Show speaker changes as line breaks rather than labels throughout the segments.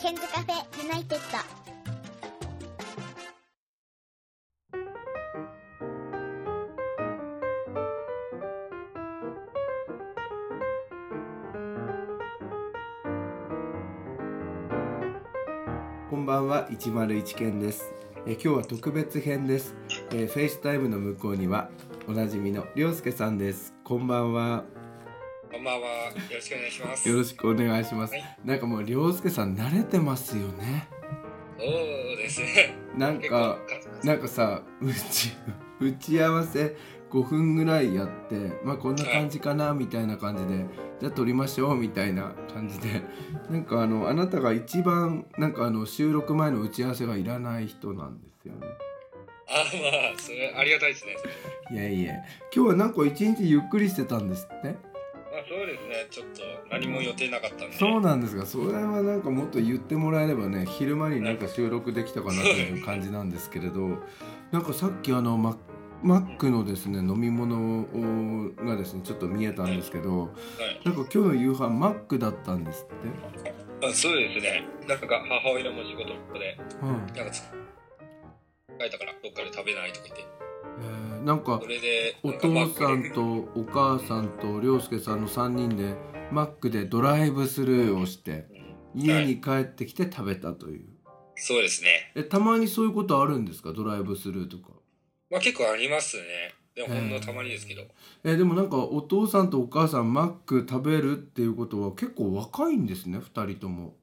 ケンズカフェユナイテッド。
こんばんは101件ですえー今日は特別編です、えー、フェイスタイムの向こうにはおなじみのりょうすけさんですこんばんは
こんばんは。よろしくお願いします。
よろ
し
しくお願いします、
はい
なんかもうりょうすけさん慣れてますよね
そうですね。
なんかなんかさ打ち 打ち合わせ5分ぐらいやってまあこんな感じかなみたいな感じでじゃあ撮りましょうみたいな感じでなんかあのあなたが一番なんかあの収録前の打ち合わせがいらない人なんですよね
あ、まあ、それありがたいですね。
いやいや今日はなんか一日ゆっくりしてたんですって
まあ、そうですね。ちょっと何も予定なかったんで。
そうなんですがそれはなんかもっと言ってもらえればね昼間になんか収録できたかなという感じなんですけれどなんかさっきあのママックのですね飲み物をがですねちょっと見えたんですけど
はい。
なんか今日の夕飯マックだったんですっ
あ、そうですね。なんか母親も仕事ここで、
て、はい
なんかつ。帰ったから、どっかで食べないとか言って。
えーなんか
それで。
お
な
父さ
んかマック
ん
で
とお母さんと涼介さんの3人でマックでドライブスルーをして
うん
家に帰ってきて食べたという。
そうですね。
えたまにそういうことあるんですかドライブスルーとか
まあ、結構ありますね。でも、ほんのたまにですけど。
えでもなんかお父さんとお母さんマック食べるっていうことは結構若いんですね2人とも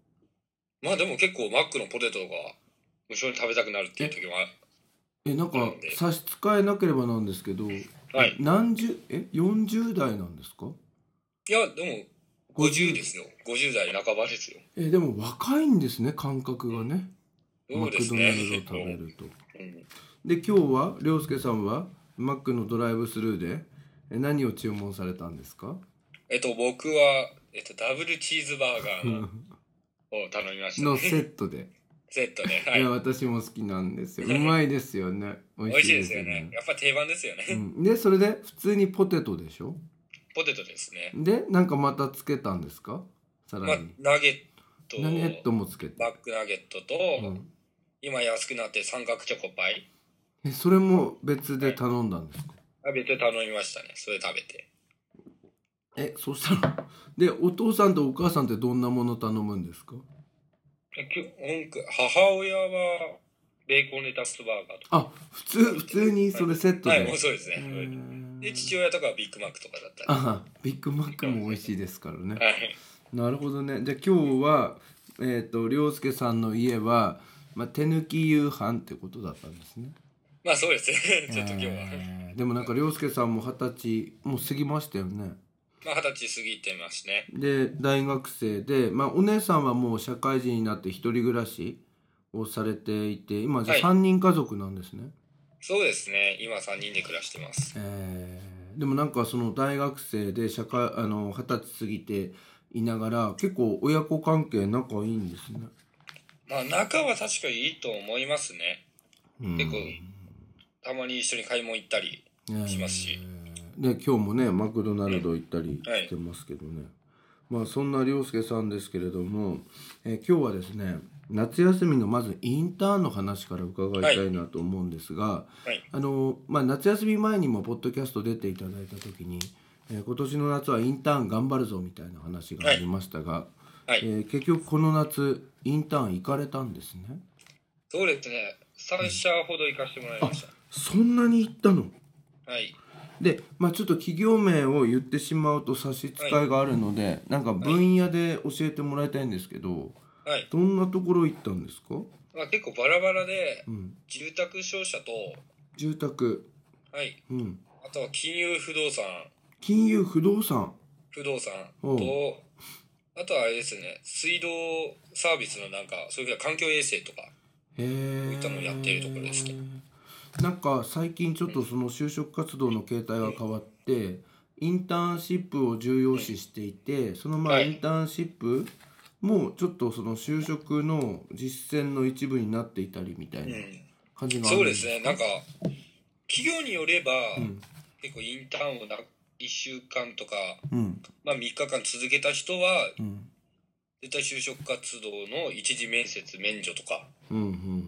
まあ、でも、結構マックのポテトが。無償に食べたくなるっていう時もある。
えなんか
なんで
差し支えなければなんですけど、
はい
何十え40代なんですか
いや、でも。50ですよ。50代半ばですよ。
えでも若いんですね感覚がね
そう
マ
で
ク
す
ドナ
ね。
ルドを食べると
うん
で今日は涼介さんはマックのドライブスルーでえ何を注文されたんですか
えっと、僕は、えっと、ダブルチーズバーガーを頼みまし た、
のセ
ね。
ットで
セットね。はい
や
い。
私も好きなんですよ。うまいですよね。美
美味しいですよね。やっぱ定番ですよね。
うん、でそれで普通にポテトでしょ。
ポテトですね。
でなんかまたつけたんですか？さ
ま
ら
あ
に、。
ナゲット、
ナゲットもつけて。
バックナゲットと、
うん、
今安くなって三角チョコパイ。
えそれも別で頼んだんですか？
食べて頼みましたね。それ食べて。
えそしたらでお父さんとお母さんってどんなもの頼むんですか？
えきゅうんく母親は、ベーコンレタスバーガーとか。
あ普通普通にそれセットで。
はい、もうそうです
へ
ね。
ー
で、父親とかはビッグマックとかだった
あビッグマックも美味しいですからね。
り。はい。
なるほどね。じゃあ今日はえっ、と涼介さんの家はまあ手抜き夕飯ってことだったんですね。
まあそうですね。 ちょっと今日は。
えーでもなんか涼介さんも二十歳もう過ぎましたよね。
まあ二十歳過ぎてますね。
で大学生で、まあ、お姉さんはもう社会人になって一人暮らしをされていて今じゃあ
はい
3人家族なんですね。
そうですね。今三人で暮らしてます。
えーでもなんかその大学生で社会あの二十歳過ぎていながら結構親子関係仲いいんですね。
まあ仲は確かいいと思いますね。
うん
結構たまに一緒に買い物行ったり。しますし
えーで今日もねマクドナルド行ったり
うんはい
してますけどね、まあそんな涼介さんですけれども、えー今日はですね夏休みのまずインターンの話から伺いたいなと思うんですが、
はい。
あのまあ、夏休み前にもポッドキャスト出ていただいた時に、えー今年の夏はインターン頑張るぞみたいな話がありましたが、
はい
えー結局この夏インターン行かれたんですね
そうですね。三社ほど行かせてもらいまし
そんなに行ったの
た。はい。
で、まあ、ちょっと企業名を言ってしまうと差し支えがあるので、なんか分野で教えてもらいたいんですけど
はい。
どんなところ行ったんですか、
まあ結構バラバラで
うん、
住宅商社と、
住宅、
はい。
うん、
あとは金融不動産、
金融不動産
不動産
おう
と、あとはあれですね、水道サービスのなんか、そういうふうな環境衛生とか。
へえ
こういったのをやっているところですね
なんか最近ちょっとその就職活動の形態が変わってインターンシップを重要視していてそのまあ
はい。
インターンシップもちょっとその就職の実践の一部になっていたりみたいうなん感じがある
そ
ん
うですね。なんか、企業によれば、
うん
結構インターンをな1週間とか、
うん
まあ、3日間続けた人は
うん
絶対就職活動の一時面接免除とか、
うんう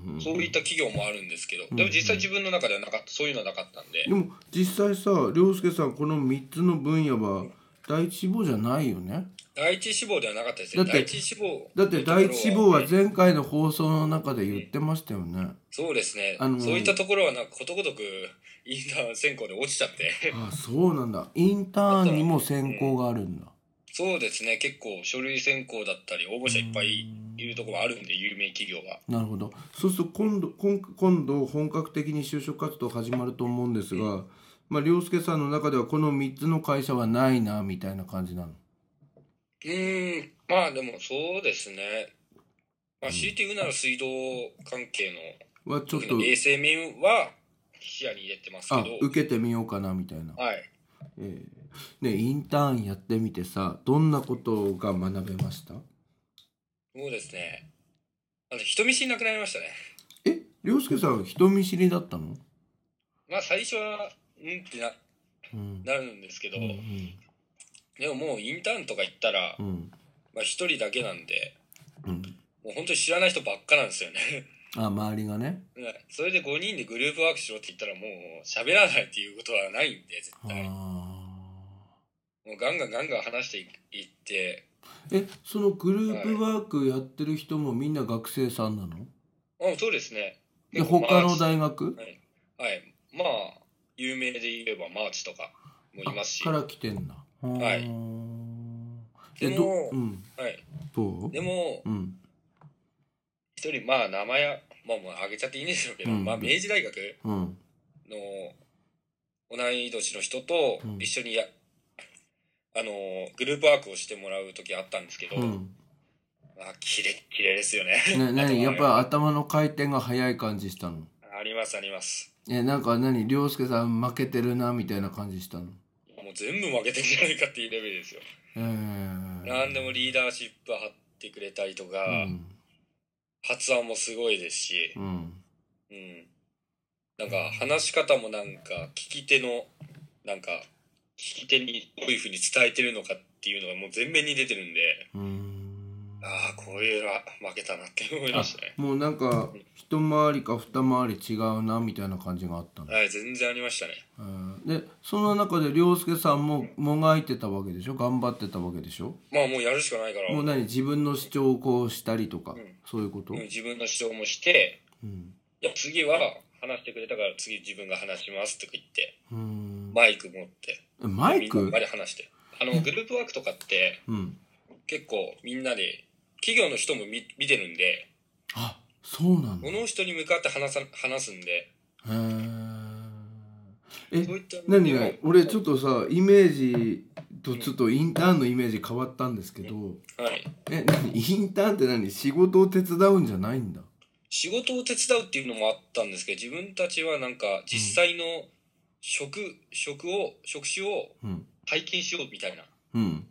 んうん
そういった企業もあるんですけど、
うん
でも実際自分の中ではなかった、そういうのはなかったんで、
でも実際さ涼介さんこの3つの分野は第一志望じゃないよね
第一志望ではなかったですね。
だって
第一志望。
だって第一志望は
ね
前回の放送の中で言ってましたよね
そうですね。
あの
そういったところはなんかことごとくインターン選考で落ちちゃって。
あそうなんだインターンにも選考があるんだ
そうですね。結構書類選考だったり、応募者いっぱいいるところあるんで、有名企業が。
なるほどそうすると今度今今度本格的に就職活動始まると思うんですが、まあ、涼介さんの中ではこの3つの会社はないなみたいな感じなの
うーん、まあでもそうですね。まあ、強いて言うなら水道関係の
はちょっ
時
と
の衛生面は視野に入れてますけ
あ
ど、
受けてみようかなみたいな、
はい。
ええねインターンやってみてさどんなことが学べました
そうですね。あの人見知りなくなりましたね。
え涼介さんは人見知りだったの、
まあ最初は、うんってな
うん
なるんですけど、
うん
でももうインターンとか行ったら
う、ん
まあ一人だけなんで、
うん
もう本当に知らない人ばっかなんですよね。
あ周りがね
ねそれで5人でグループワークしろって言ったらもう喋らないっていうことはないんで絶
あ
対
あ
もうガンガンガンガン話していって
えそのグループワークやってる人もみんな学生さんなの、
あそうですね
で
結構
他
マー
の
チ
大学
はい、はい、まあ有名で言えばマーチとかもいますし
か
は
ら来てんだ
は
はいえ
で
ど
も
うん
い
どう
でも
うん
一人まあ名前はまあもう挙げちゃっていいんでしょうけど、
うん
まあ明治大学
うん
の同い年の人と一緒にや、あのグループワークをしてもらう時あったんですけど、
うん
まあキレッキレですよね
ね
頭
ねや
が
っぱ頭の回転が早い感じしたの
ありますあります。
えなんか何涼介さん負けてるなみたいな感じしたの
もう全部負けてんじゃないかっていうレベルですよ。
えー、
何でもリーダーシップ張ってくれたりとか、
うん
発案もすごいですし、
うん
うん。なんか話し方もなんか聞き手の、なんか聞き手にどういうふうに伝えてるのかっていうのがもう全面に出てるんで、
うん
ああ、こういうのは負けたなって思いましたね。
もうなんか一回りか二回り違うなみたいな感じがあったの
はい、全然ありましたね。
うんでその中で涼介さんももがいてたわけでしょ頑張ってたわけでしょ
まあもうやるしかないから、
もう何自分の主張をこうしたりとか、
ん
そういうこと、
うん自分の主張もして、
うん
いや、次は話してくれたから次自分が話しますとか言って、
うん
マイク持って、
えマイ
みん
ク
なで話して。あ の、グループワークとかって、
うん
結構みんなで、企業の人も見見てるんで、
あそうなんだ
こ
へ
の人に向かって話さ、話すんで、
え
そういった意味
何
でも
が俺ちょっとさイメージとちょっとインターンのイメージ変わったんですけど、
はい。
え何インターンって何仕事を手伝うんじゃないんだ
仕事を手伝うっていうのもあったんですけど、自分たちはなんか実際の職、職を、職種を
うん
体験しようみたいな、
うん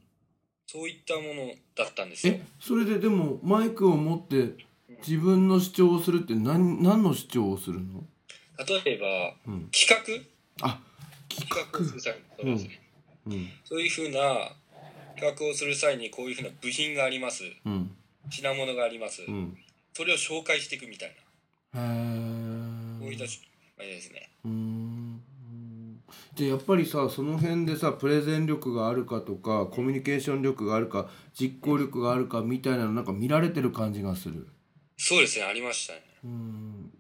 そういったものだったんですよ
え。それででもマイクを持って自分の主張をするって何何の主張をするの、
例えば、
うん、
企画
あ
企画をする際に、そうですね
うん
そういうふうな企画をする際にこういうふうな部品があります。
うん
品物があります。
うん
それを紹介していくみたい
へ
な。こういった
ー
し、あれですね。
うーんじゃあやっぱりさその辺でさプレゼン力があるかとかコミュニケーション力があるか実行力があるかみたいなのなんか見られてる感じがする。
そうですね、ありましたね。
うーん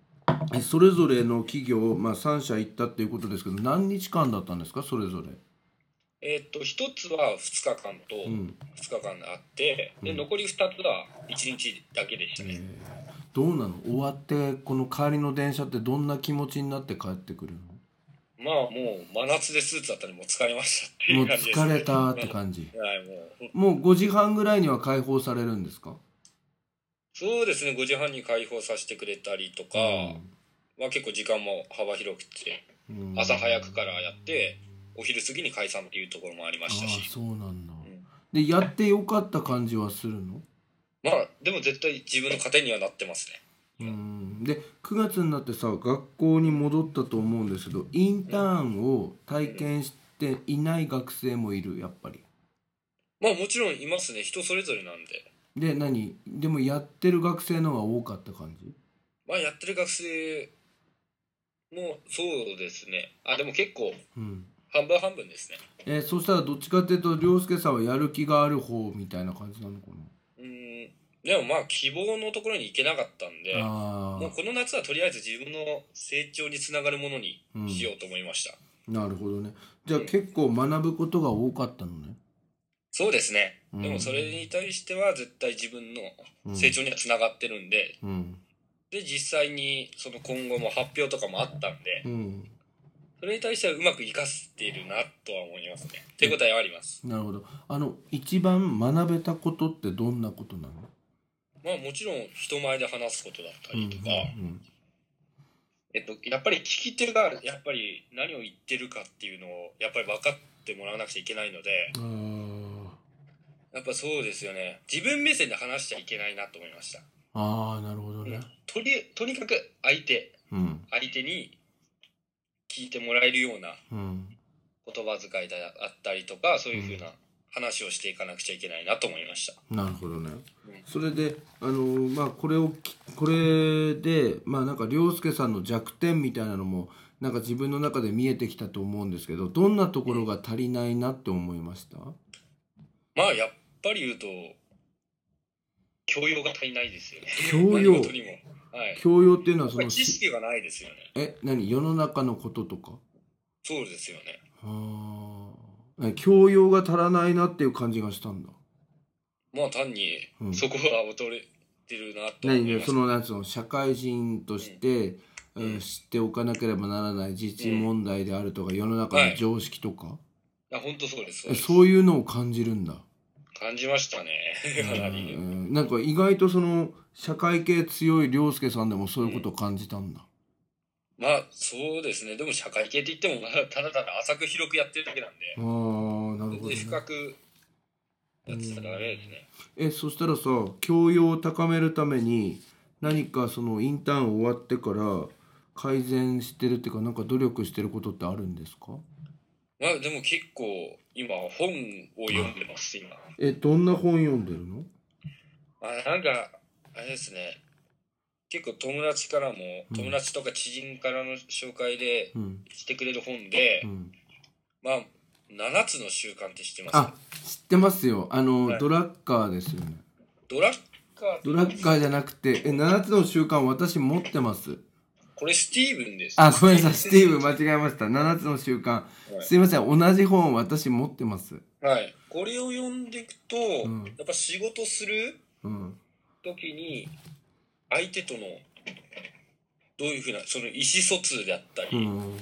えそれぞれの企業、まあ、3社行ったっていうことですけど何日間だったんですかそれぞれ。
えーっと、一つは2日間と
う
2
ん
日間あって、で、残り2つは1日だけでしたね。
どうなの終わってこの帰りの電車ってどんな気持ちになって帰ってくるの
まあもう真夏でスーツだったんでもう疲れましたってい
もう
う感じです、ね。
疲れたって感じ
はい、もう。
もう5時半ぐらいには解放されるんですか
そうですね、5時半に解放させてくれたりとか、まあ結構時間も幅広くて、
うん
朝早くからやって、お昼過ぎに解散っていうところもありました
ああ
し。
そうなんだ、
ん
でやってよかった感じはするの
まあ、でも絶対自分の糧にはなってますね。
うんで9月になってさ学校に戻ったと思うんですけどインターンを体験していない学生もいるやっぱり
まあもちろんいますね。人それぞれなんで。
で何でもやってる学生の方が多かった感じ
まあやってる学生もそうですねあでも結構
うん
半分半分ですね
えーそしたらどっちかっていうと涼介さんはやる気がある方みたいな感じなのか
うんでもまあ希望のところに行けなかったんで
なあ
もうこの夏はとりあえず自分の成長につながるものに
うん
しようと思いました、
なるほどねじゃあ結構学ぶことが多かったのね
そうですね、
うん
でもそれに対しては絶対自分の成長にはつながってるんで、
うん
で実際にその今後も発表とかもあったんで
うん
それに対してはうまく活かせているなとは思いますね手応えはあります、
なるほどあの一番学べたことってどんなことなの
まあもちろん人前で話すことだっ
う
た
んう
りとか、
ん
えっと、やっぱり聞き手がやっぱり何を言ってるかっていうのをやっぱり分かってもらわなくちゃいけないので
うん
やっぱそうですよね自分目線で話しちゃいけないなと思いました
あーあーなるほどね
とりとにかく相手
うん
相手に聞いてもらえるような
うん
言葉遣いであったりとかそういうふうな話をしていかなくちゃいけないなと思いました
なるほどねそれであのーまあこれをきこれでまあなんか涼介さんの弱点みたいなのもなんか自分の中で見えてきたと思うんですけどどんなところが足りないなって思いました
まあやっぱり言うと教養が足りないですよね
教養
何事にもはいやっ
教養っていうのはそ
ぱり
の
知
し
識がないですよね
え何世の中のこととか
そうですよね
あーえ教養が足らないなっていう感じがしたんだ
まあ単に
うん
そこは劣れてるなと思
何
いま
よ
す、
そのなんつうの社会人として、
ん
うん知っておかなければならない自治問題であるとか、世の中の常識とか、
あ本当そうですそう
え
です
そういうのを感じるんだ
感じましたねかな
う
り
んなんか意外とその社会系強い涼介さんでもそういうことを感じたんだ、
まあそうですねでも社会系って言ってもまあただただ浅く広くやってるだけなんで
ああなる
全
ほど、
然
ね、
深くやってたらあれですね
えそしたらさ教養を高めるために何かそのインターン終わってから改善してるっていうかなんか努力してることってあるんですか
まあでも結構今本を読んでます今
えどんな本読んでるの
あなんかあれですね結構友達からも
うん
友達とか知人からの紹介で
うん、
してくれる本で、
うん、
まあ7つの習慣って知ってます
あ知ってますよあの、
はい
ドラッカーですよね
ドラッカー
ドラッカーじゃなくてえ7つの習慣私持ってます
これスティーブンです
あ、ごめんなさい、スティーブ間違えました。7つの習慣。
はい
すいません、同じ本私持ってます。
はいこれを読んでいくと、
うん
やっぱ仕事する
うん。
時に相手とのどういうふうなその意思疎通であったり、
うん、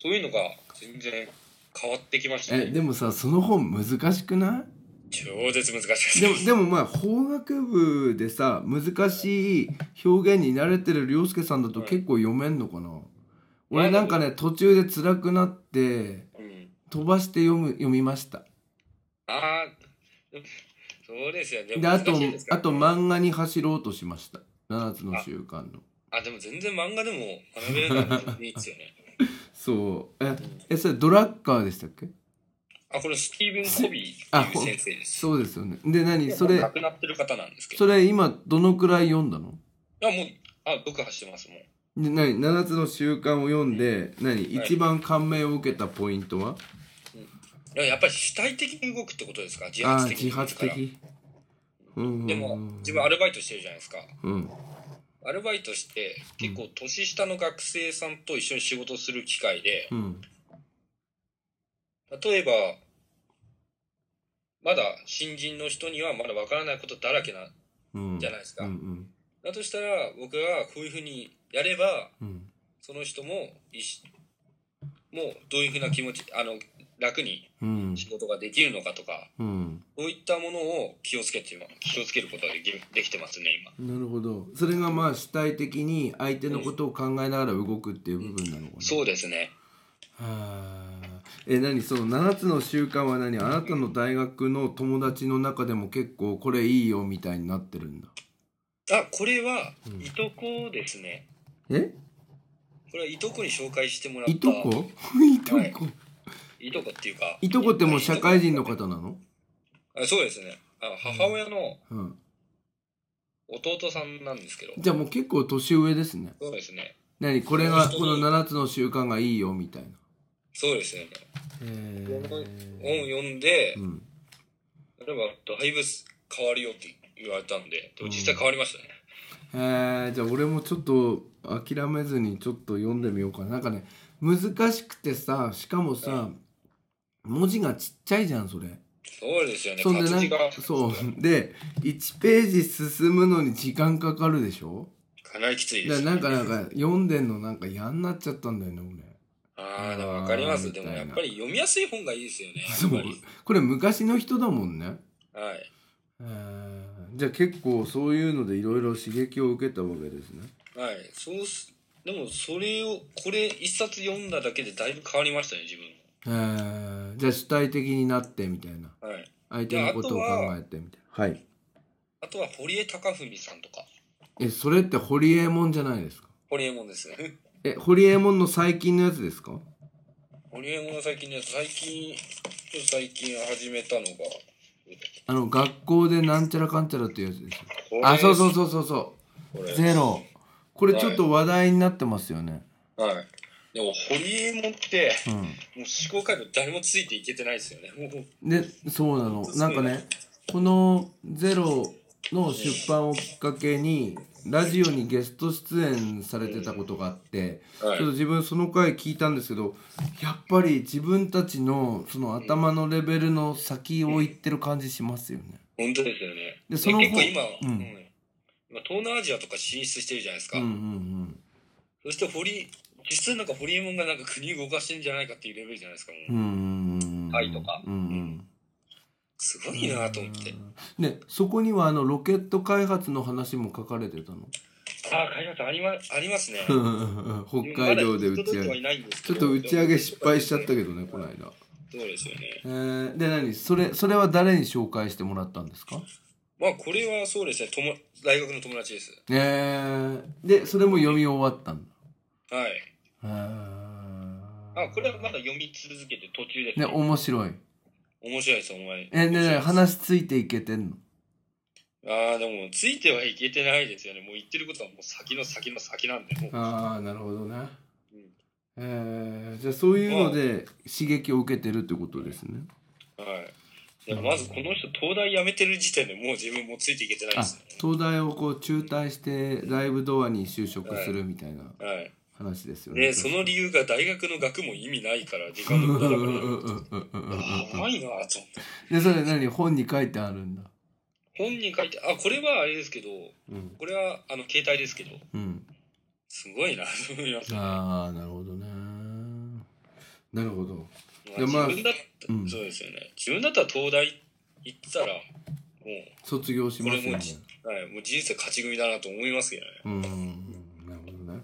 そういうのが全然変わってきました
え、
ね
でもさ、その本難しくな
超絶難しいです
いでも、でもまあ、法学部でさ、難しい表現に慣れてる涼介さんだと
はい
結構読めんのかな俺なんかね、途中で辛くなって、
うん
飛ばして読む、読みました。
ああそうですよね
で、あと
難しいです、か
あ
ら
と漫画に走ろうとしました。7つの習慣の。
あでも全然漫画でも学べるのはいいですよね
そう。え、え、それドラッカーでしたっけ
あこれスティーブン・コビー
あ
っていう先生です
そうですよね。で、何それ
亡、くなってる方なんですけど
それ今どのくらい読んだの
いやもうあ読破してますもう
で何7つの習慣を読んで何
はい
一番感銘を受けたポイントは、
いややっぱり主体的に動くってことですか自
ああ
発的に
自発的うんうんうん
でも自分アルバイトしてるじゃないですか
うん
アルバイトして結構年下の学生さんと一緒に仕事する機会で
うん
例えばまだ新人の人にはまだわからないことだらけな
うん
じゃないですか
うんうん
だとしたら僕がこういうふうにやれば
うん
その人もいしもうどういうふうな気持ちあの楽に
うん
仕事ができるのかとか
うん
そういったものを気をつけて今気をつけることができできてますね今
なるほどそれがまあ主体的に相手のことを考えながら動くっていう部分なのかな、
そうですね
はあえ何その7つの習慣は何あなたの大学の友達の中でも結構これいいよみたいになってるんだ
あこれは
うん
いとこですね
え
これはいとこに紹介してもらった
いとこ いとこ、
はいいとこっていうか
いとこってもう社会人の方なの
あそうですねあ母親の
うん
弟さんなんですけど
じゃあもう結構年上ですね
そうですね
何これがこの7つの習慣がいいよみたいな
そうですね
え
本読んで
うん
例えばだいぶ変わるよって言われたんででも実際変わりましたね、
えー、じゃあ俺もちょっと諦めずにちょっと読んでみようかななんかね難しくてさしかもさ文字がちっちゃいじゃんそれ
そうですよね
そんで
活
なん
字
か
が
そうで1ページ進むのに時間かかるでしょ
かなりきついで
だ
す、
か
ね、
らなんかなんか読んでんのなんか嫌になっちゃったんだよね俺
ああでも分かりますでも
みた
や
い
っ
な
ぱり読みやすい本がいいですよねや
そ
っぱ
う
り
これ昔の人だもんね
はい
えーじゃあ結構そういうのでいろいろ刺激を受けたわけですね
はいそうすでもそれをこれ一冊読んだだけでだいぶ変わりましたね自分
えーじゃあ主体的になってみたいな
もはい
相手のことを考えてみたいなはい
あとは堀江貴文さんとか
えそれってホリエモンじゃないですか
堀江門ですね
えホリエモンの最近のやつですか
堀江門の最近ね最近最近始めたのが
あの学校でなんちゃらかんちゃらっていうやつですよ
これ
あそうそうそうそうそ
こ
う
れ
ゼロこれちょっと話題になってますよね、
はいでも堀江門って
うん
もう思考回路誰もついていけてないですよねもう
でそうなのなんかねこの「ゼロの出版をきっかけにラジオにゲスト出演されてたことがあってちょ
は
っ
い
と自分その回聞いたんですけどやっぱり自分たちのその頭のレベルの先を行ってる感じしますよね。
本当ですよね。
でその
結構今、
うん
うん今東南アジアとか進出してるじゃないです
う
か。
んうん
そして堀、実際なんかホリエモンがなんか国動かしてんじゃないかっていうレベルじゃないですか。もう
うんうんうんうん
タイとか
うんうん
すごいなと思って。
ねそこにはあのロケット開発の話も書かれてたの
ああ、開発ありまありますね。
北海道で打ち上げ
げ。
ちょっと打ち上げ失敗しちゃったけ
ど。
どねこの間。
そうですよね。
えー、で何それそれは誰に紹介してもらったんですか
まあこれはそうですね。友大学の友達です。
えー、でそれも読み終わったんだ
はい。
え
あ
ー
これはまだ読み続けて途中です、
ね
ね。
面白い
面白いです、お前。
えね
面白い
ね
です
話ついていけてんの
ああ、でも、ついてはいけてないですよね。もう言ってることはもう先の先の先なんで、もう。
ああなるほどね
うん
えー、じゃあそういうので刺激を受けてるってことですね
はい。でもまずこの人東大辞めてる時点でもう自分もついていけてないで
あ
すね。
東大をこう中退してライブドアに就職するみたいな
はい。
話ですよね
で、その理由が大学の学も意味ないから時間の無駄だか
う
ら
んうんうんうんうんうんうん
あー。甘いなぁと思って。
でそれ何本に書いてあるんだ
本に書いて、あ、これはあれですけど、
うん
これはあの携帯ですけど、
うん
すごいな と思います。
ああなるほどねなるほど
まあ自
でまあ
分だった、
うん
そうですよね。自分だったら東大行ったら、も
卒業します
これ
よ
も
ね
じう、はい、もう人生勝ち組だなと思いますけどね。
うんなるほどね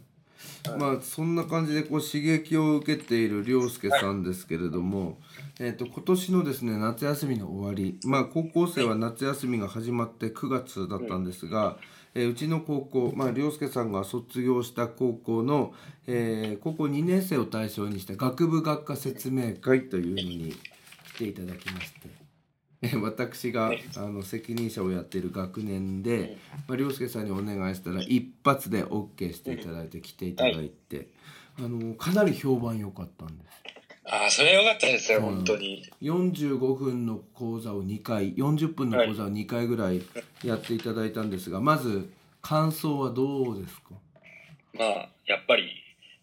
まあそんな感じでこう刺激を受けている涼介さんですけれども、えっと今年のですね夏休みの終わりまあ高校生は夏休みが始まって9月だったんですが、えーうちの高校まあ涼介さんが卒業した高校の、えー高校2年生を対象にした学部学科説明会というのに来ていただきまして。えー私があの責任者をやっている学年で、まあ、涼介さんにお願いしたら一発で OK していただいて来ていただいて、あのかなり評判良かったんです
ああ、それは良かったですよ、
うん
本当に。
45分の講座を2回40分の講座を2回ぐらいやっていただいたんですが、まず感想はどうですか
まあ、やっぱり、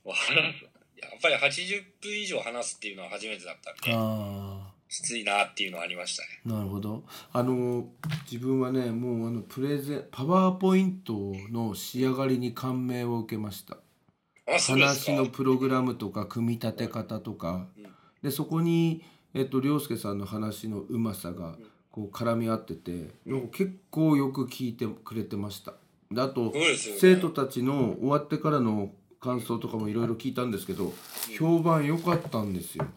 もう 話す、やっぱり80分以上話すっていうのは初めてだったんで、
あ
きついなっていうのはありましたね。
ーなるほどあの自分はねもうあのプレゼンパワーポイントの仕上がりに感銘を受けました
あ、そうですか。
話のプログラムとか組み立て方とか、
うん
でそこに、えっと、涼介さんの話のうまさがこう絡み合ってて、なんか結構よく聞いてくれてました。であと、
そうですよね
生徒たちの終わってからの感想とかもいろいろ聞いたんですけど評判良かったんですよ。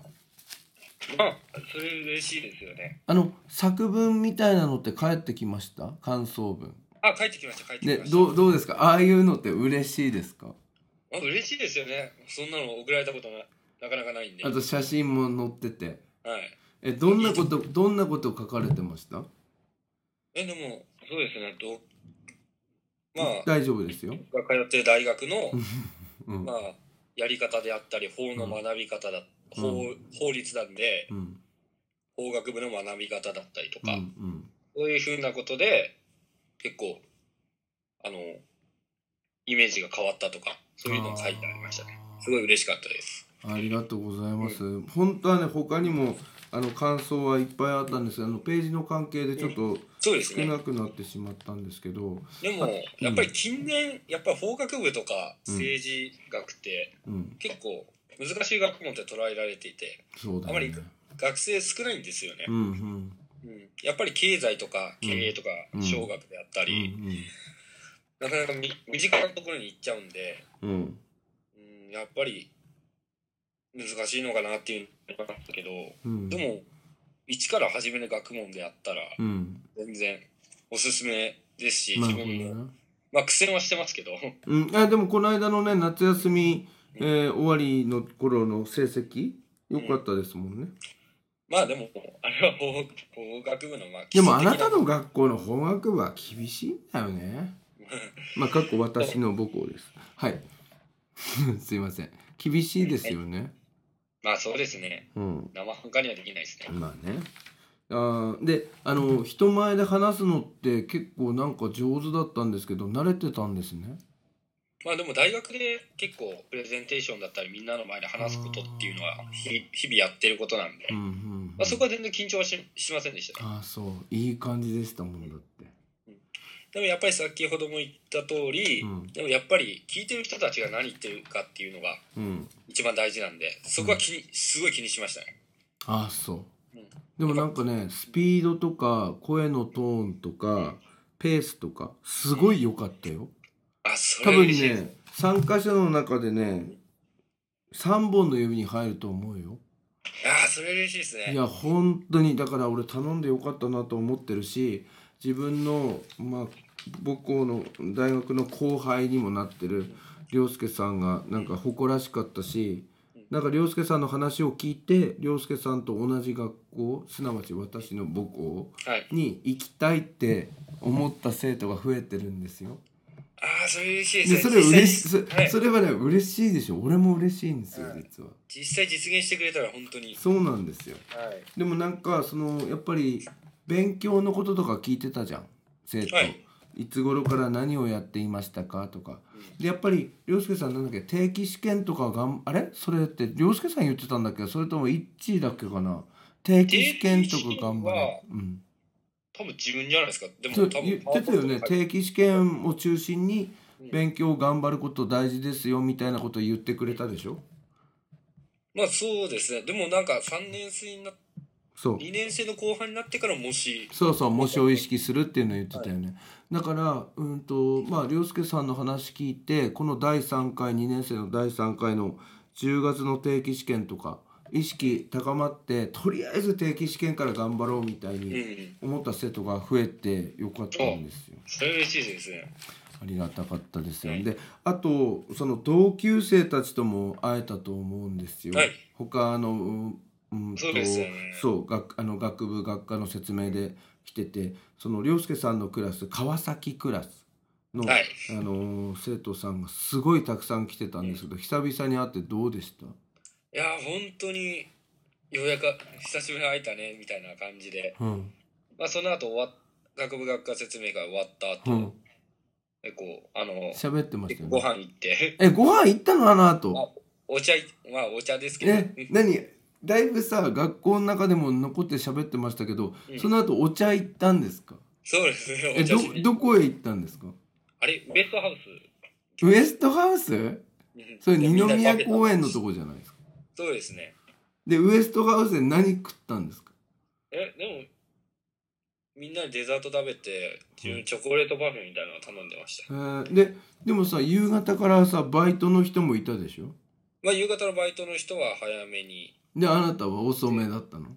まあ、それ嬉しいですよね。
あの作文みたいなのって返ってきました感想文。
あ、帰ってきました、帰ってき
で
ました。
どうどうですかああいうのって嬉しいですか
まあ、嬉しいですよね。そんなの送られたことななかなかないんで。
あと写真も載ってて。
はい。
えどんなことどんなこと書かれてました
え、でも、そうですね、どまあ
大丈夫ですよ。
僕が通ってる大学の、
うん
まあ、やり方であったり法の学び方だ、
うん
法法律なんで
うん
法学部の学び方だったりと
うんう
か、
ん
そういうふうなことで結構あのイメージが変わったとかそういうのを書いてありましたねすごい嬉しかったです
ありがとうございます。本当はね他にもあの感想はいっぱいあったんですが、あのページの関係でちょっと
そうです
少
ね
なくなってしまったんですけど、
でもやっぱり近年やっぱり法学部とか
うん
政治学って
うん、
結構難しい学問って捉えられていて
そうだ
あまり
ね。
学生少ないんですよね
うんうん
うんやっぱり経済とか経営とか
うん
商学であった
う
り、
ん
なかなかみ身近なところに行っちゃうんで、
うんうん
うん、やっぱり難しいのかなっていうのがあったけど
うん
でも一から始める学問であったら
うん
全然おすすめですし
な
自
るほど
分
ね
も、まあ苦戦はしてますけど
うん、あでもこの間のね夏休み、えー終わりの頃の成績良かったですもんね、
まあでもあれは法法学部のまあ基
で
礎的
もあなた
な
の学校の法学部は厳しいんだよねまあかっこ私の母校ですはい すいません厳しいですよね
まあそうですね
うん
生半可にはできないですね
まあねあーであの人前で話すのって結構なんか上手だったんですけど慣れてたんですね
まあでも大学で結構プレゼンテーションだったりみんなの前で話すことっていうのはひ日々やってることなんで、
うんうんうん、
まあ、そこは全然緊張はししませんでしたね
ああそういい感じでしたもんだって
でもやっぱり先ほども言った通り、
うん
でもやっぱり聞いてる人たちが何言ってるかっていうのが
うん
一番大事なんでそこは気に、すごい気にしましたね
ああそう
うん
でもなんかねスピードとか声のトーンとかペースとかすごい良かったよ
あそ
多
れ
分
嬉しいです、
ね参加者の中でね3本の指に入ると思うよ
あそれ嬉しいです
い
ね
や本当にだから俺頼んでよかったなと思ってるし自分の、まあ、母校の大学の後輩にもなってる涼介さんがなんか誇らしかったしなんか涼介さんの話を聞いて涼介さんと同じ学校すなわち私の母校
はい
に行きたいって思った生徒が増えてるんですよ。
あそれ嬉しい
で
です
それ
ね
嬉し
実際
そ
にはい
それはね嬉しいでしょ俺も嬉しいんですよ実は。
実際実現してくれたら本当に
そうなんですよ。
はい
でもなんかそのやっぱり勉強のこととか聞いてたじゃん生徒、
はいい、
つ頃から何をやっていましたかとかでやっぱり涼介さんなんだっけ定期試験とかがんあれそれって涼介さん言ってたんだっけそれとも一致だっけかな定期試験とか頑張れ
定、
うん、
多分自分じゃないですかでも
そう
多
言っ
分
てたよね
はい
定期試験を中心に勉強を頑張ること大事ですよみたいなこと言ってくれたでしょ
まあそうですねでもなんか3年生になっ
そう
2年生の後半になってからもし
そうそう模試を意識するっていうのを言ってたよね、だからうんとまあ涼介さんの話聞いてこの第3回2年生の第3回の10月の定期試験とか意識高まってとりあえず定期試験から頑張ろうみたい
うんう
に
ん
思った生徒が増えてよかったんですよ。
それ嬉しいですね
ありがたかったですよ、
はい
であとその同級生たちとも会えたと思うんですよ、
はい
他あのうんうんと
そうですよね
そう学あの学部学科の説明で来ててその涼介さんのクラス川崎クラスの、
はい
あの生徒さんがすごいたくさん来てたんですけど、久々に会ってどうでした
いや本当にようやく久しぶりに会えたねみたいな感じで、
うん
まあ、その後終わっ学部学科説明会終わった後、
うん
結構あの
喋ってましたよ
ご
ね
飯行って
えご飯行ったのあの後
あお茶いまあお茶ですけど
え何だいぶさ学校の中でも残って喋ってましたけど、
うん
その後お茶行ったんですか
そうですね
え
お茶
ど
しに
どこへ行ったんですか
あれウエストハウス
ウエストハウス
うん
それ
で
二
みんなで食
宮
べた
公園のとこじゃないですか
そうですね
でウエストハウスで何食ったんですか
えでもみんなでデザート食べて自分チョコレートパフェみたいなのを頼んでました
えーででもさ夕方からさバイトの人もいたでしょ
まあ夕方のバイトの人は早めに
であなたは遅めだったの、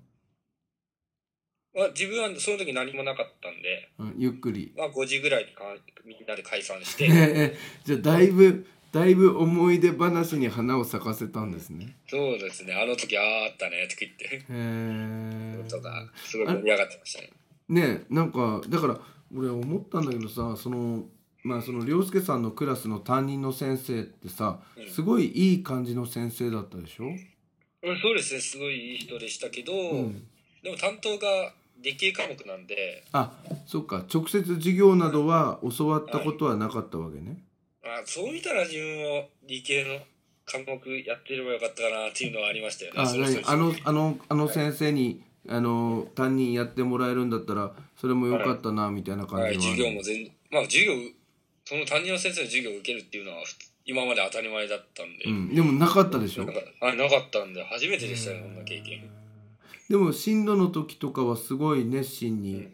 まあ、自分はその時何もなかったんで、
うん、ゆっくり
まあ、5時ぐらいにかみんなで解散し
え
て
えじゃあだいぶだいぶ思い出話に花を咲かせたんですね
そうですねあの時あああったねとか言って
へえ
とかすごい盛り上がってましたね
ねえなんかだから俺思ったんだけどさそのまあその涼介さんのクラスの担任の先生ってさ
うん
すごいいい感じの先生だったでしょ、
うんそうですねすごいいい人でしたけど、
うん、
でも担当が理系科目なんで、
あそっか直接授業などは教わったことはなかったわけね、
まあ、そう見たら自分も理系の科目やってればよかったかなっていうのはありましたよね。
あ
それは
何
そ
あ
れで
のあのあの先生にあの担任やってもらえるんだったらそれもよかったなみたいな感じはあ
は
る
い、授業も全まあ授業その担任の先生の授業を受けるっていうのは普通今まで当たり前だったんで、
うん、でもなかったでしょ
なんかはいなかったんで初めてでしたねこんな経験。
でも進路の時とかはすごい熱心に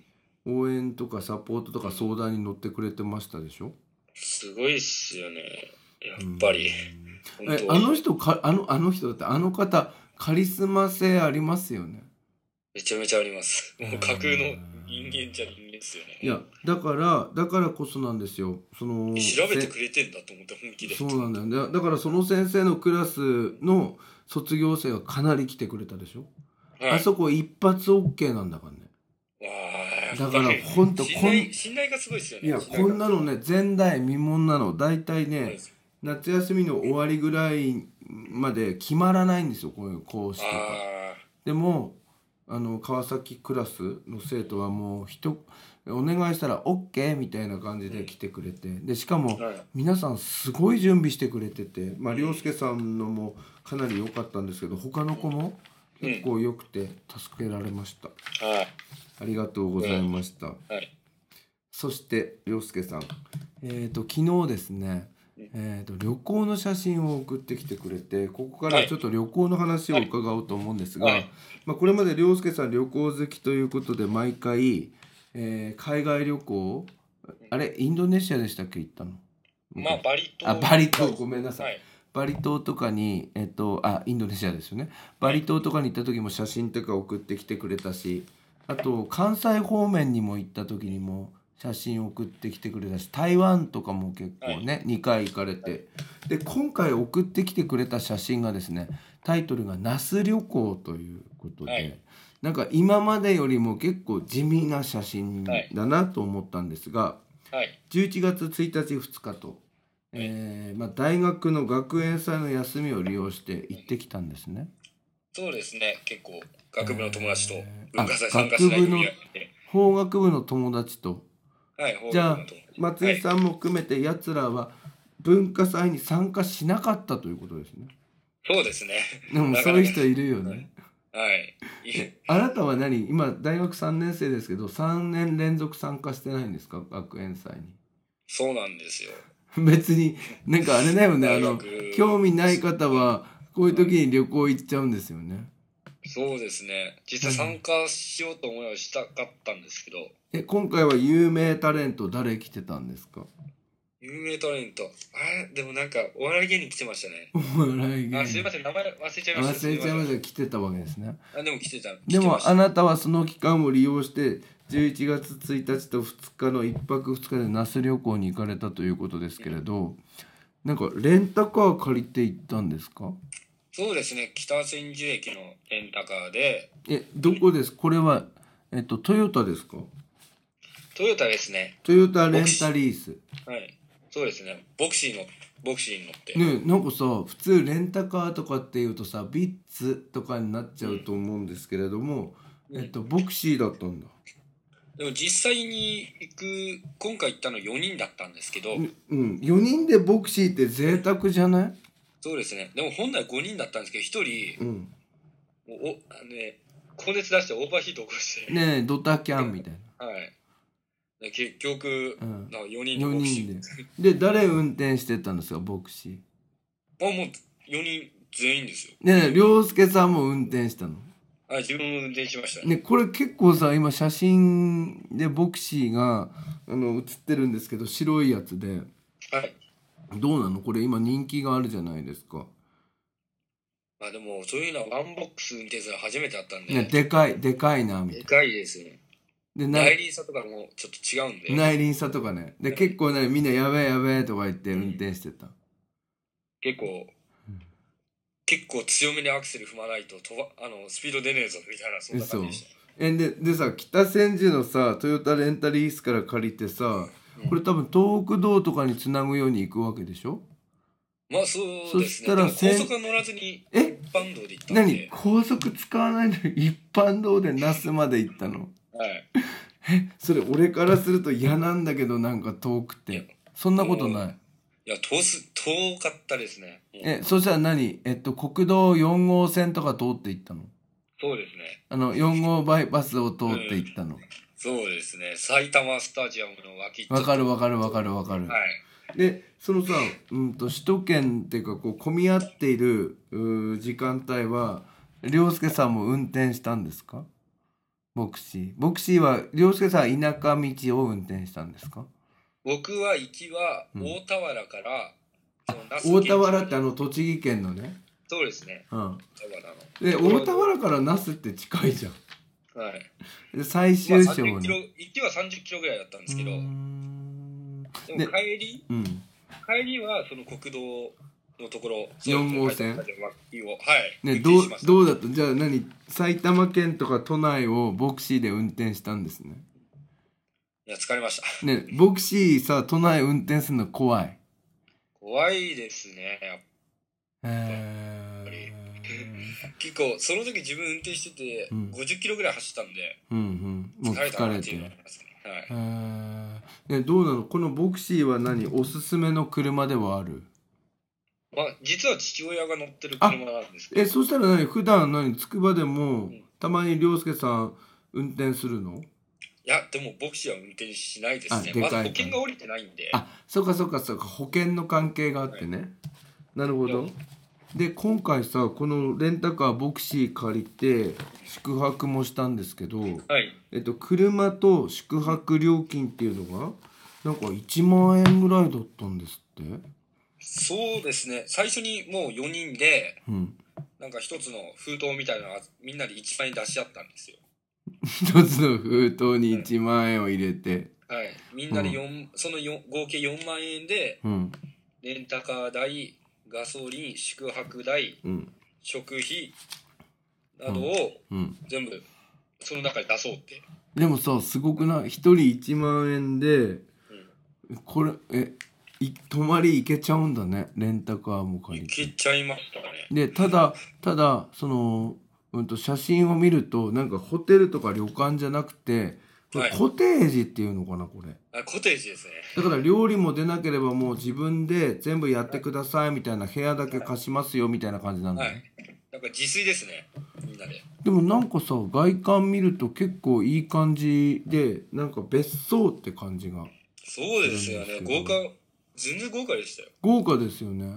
応援とかサポートとか相談に乗ってくれてましたでしょ
すごいっすよねやっぱり、本
え
当
あの人かあのあの人だってあの方カリスマ性ありますよね
めちゃめちゃありますもう架空の人間じゃ人間っすよね
いやだからだからこそなんですよその
調べてくれてんだと思って本気で
そうなんだよだだからその先生のクラスの卒業生がかなり来てくれたでしょ、
はい、
あそこ一発 OK なんだからね
わあ
だから
やっぱり
ほんと
信
こん
頼信頼がすごいですよね
いやこんなのね前代未聞なの大体
そう
ね
です
夏休みの終わりぐらいまで決まらないんですよこういう講師とか。
あ
でもあの川崎クラスの生徒はもうひとお願いしたら OK みたいな感じで来てくれてでしか
あ
も
はい
皆さんすごい準備してくれてて、まあ、凌介さんのもかなり良かったんですけど他の子も
うん
結構良くて助けられました。
はい
ありがとうございました。
はい
そして涼介さん、えー、と昨日ですね、えー、と旅行の写真を送ってきてくれてここから
はい
ちょっと旅行の話を伺おうと思うんですが、
はい
まあ、これまで涼介さん旅行好きということで毎回、えー海外旅行あれインドネシアでしたっけ行ったの
まあバリ島
あバリ島ごめんなさい
はい
バリ島とかにえっとあインドネシアですよねバリ島とかに行った時も写真とか送ってきてくれたしあと関西方面にも行った時にも写真送ってきてくれたし台湾とかも結構ね、2回行かれてで今回送ってきてくれた写真がですねタイトルが「那須旅行」ということで、
はい
なんか今までよりも結構地味な写真だなと思ったんですが。
はい
11月1日2日と、えーまあ、大学の学園祭の休みを利用して行ってきたんですね。
そうですね結構学部の友達と
えー
文化祭
あ
参加しない組合で
法学部の友達と
はい法
じゃあ
学部の友達
松井さんも含めてやつらは文化祭に参加しなかったということですね。
そうですね
でも
な
そ
かなか
ういう人いるよね。
はい
あなたは何今大学3年生ですけど3年連続参加してないんですか学園祭に。
そうなんですよ
別になんかあれだよねあ
大
の
学
興味ない方はこういう時に旅行行っちゃうんですよね。
そうですね実際参加しようと思いはしたかったんですけど
え今回は有名タレント誰来てたんですか
有名タレントあれでもなんかお笑い芸人来てましたね
お笑い芸人
あすいません名前忘れちゃいました
忘れちゃいまし
す
た来てたわけですね
せんあでも来てた
で
来て
も
ました
あなたはその期間を利用して11月1日と2日の1泊2日で那須旅行に行かれたということですけれどなんかレンタカー借りて行ったんですか
そうですね北千住駅のレンタカーで
えどこですこれはえっとトヨタですか
トヨタですね
トヨタレンタリース
はいそうですねボクシーのボクシーに乗って、
ねえなんかさ普通レンタカーとかっていうとさビッツとかになっちゃうと思うんですけれども、
う
え
ん
っと、ボクシーだったんだ、
でも実際に行く今回行ったの4人だったんですけど、
うんうん、4人でボクシーって贅沢じゃない、
そうですねでも本来5人だったんですけど1人
うん、
もうおあのね高熱出してオーバーヒート起こして、
ねえドタキャンみたいな、
はいで結局、
うん、
なんか4人で
4
ボクシー
人でで誰運転してたんですかボクシ
あもう4人全員ですよ
ーねえ涼介さんも運転したの
あ自分も運転しましたね
ねこれ結構さ今写真でボクシーがあの写ってるんですけど白いやつで
はい
どうなのこれ今人気があるじゃないですか
まあでもそういうのはワンボックス運転するの初めてだったんで、
ね、でかい、でかいな、みたい
で
な。
かいですね
で、な
内輪差とかもちょっと違うんで、
内輪差とかね。で、結構ね、みんなやべえやべえとか言って運転してた。
結構、結構強めにアクセル踏まないと飛ばあのスピード出ねえぞみたいなそんな感じでし
え、で、でさ、北千住のさ、トヨタレンタリースから借りてさ、
た、
これ多分東北道とかにつなぐように行くわけでしょ
まあそうですね。
そしたら
でも高速は乗らずに一
え
般道で行ったんで。
何高速使わないのに 一般道で那須まで行ったの
はい。
それ俺からすると嫌なんだけどなんか遠く
いや
てそんなことない
いや、遠す、遠かったですね。もう
えそしたら何えっと国道4号線とか通って行ったの
そうですね。
あの4号バイパスを通って行ったの
そうですね。埼玉スタジアムの脇っちょ
わかるわかるわかるわかる
はい。
でそのさ、うん、と首都圏っていうかこう混み合っているうー時間帯は涼介さんも運転したんですかボクシーボクシーは涼介さんは田舎道を運転したんですか
僕は行きは
うん
大田原から、その那須
大
県
田原ってあの栃木県のね、
そうですね。
うん、
大田原の。
で大田原から那須って近いじゃん
はい。
で最
まあ、
終章
30キロ、
ね
行きは30キロぐらいだったんですけど、
うー
でも
んで
帰り、
うん
帰りはその国道のところ、
四号線
そうですね脇をはい。
ね、
運
ど
転
う
しました
どうだったじゃあ何埼玉県とか都内をボクシーで運転したんですね
いや、疲れました。
ねボクシーさ都内運転するの怖い
怖いですね。やっ
え
ぱ結構、その時自分運転してて、
うん
50キロぐらい走ったんで、
ー、うんうんもう
疲れた
疲
なっ
れ
て
て
いうの
る
がありますね。はい。
えーねどうなのこのボクシーは何おすすめの車ではある
まあ、実は父親が乗ってる車なんですけど、
えそしたら何普段何つくばでも
ん
たまに涼介さん運転するの
いや、でも僕シは運転しないで
あ。
すね
でか
ま
い
ず保険が降りてないんで、
あそうかそうかそうか保険の関係があってね、なるほ
は
ど
い
で今回さこのレンタカーボクシー借りて宿泊もしたんですけど、
はい。
えっと、車と宿泊料金っていうのがなんか1万円ぐらいだったんですって
そうですね。最初にもう4人で、
うん
なんか一つの封筒みたいなのがみんなで一番に出し合ったんですよ。
一つの封筒に1万円を入れて
はい。みんなで
うん
4、その4合計4万円で、
うん
レンタカー代、ガソリン、宿泊代、
うん
食費などを
うん
全部その中に出そうって。
でもさすごくない1人1万円でこれえい泊まり行けちゃうんだねレンタカーも借
い
り
け
て
ちゃいましたね。
でただただその、うん、と写真を見るとなんかホテルとか旅館じゃなくてこれ
はい
コテージっていうのかなこれ
あコテージですね。
だから料理も出なければもう自分で全部やってくださいみたいな部屋だけ貸しますよみたいな感じなんだ
は
ね、
い。なんか自炊ですね。みんなで。
でもなんかさ外観見ると結構いい感じでなんか別荘って感じが
そうですよね
う。ん
豪華、全然豪華でしたよ。
豪華ですよね
は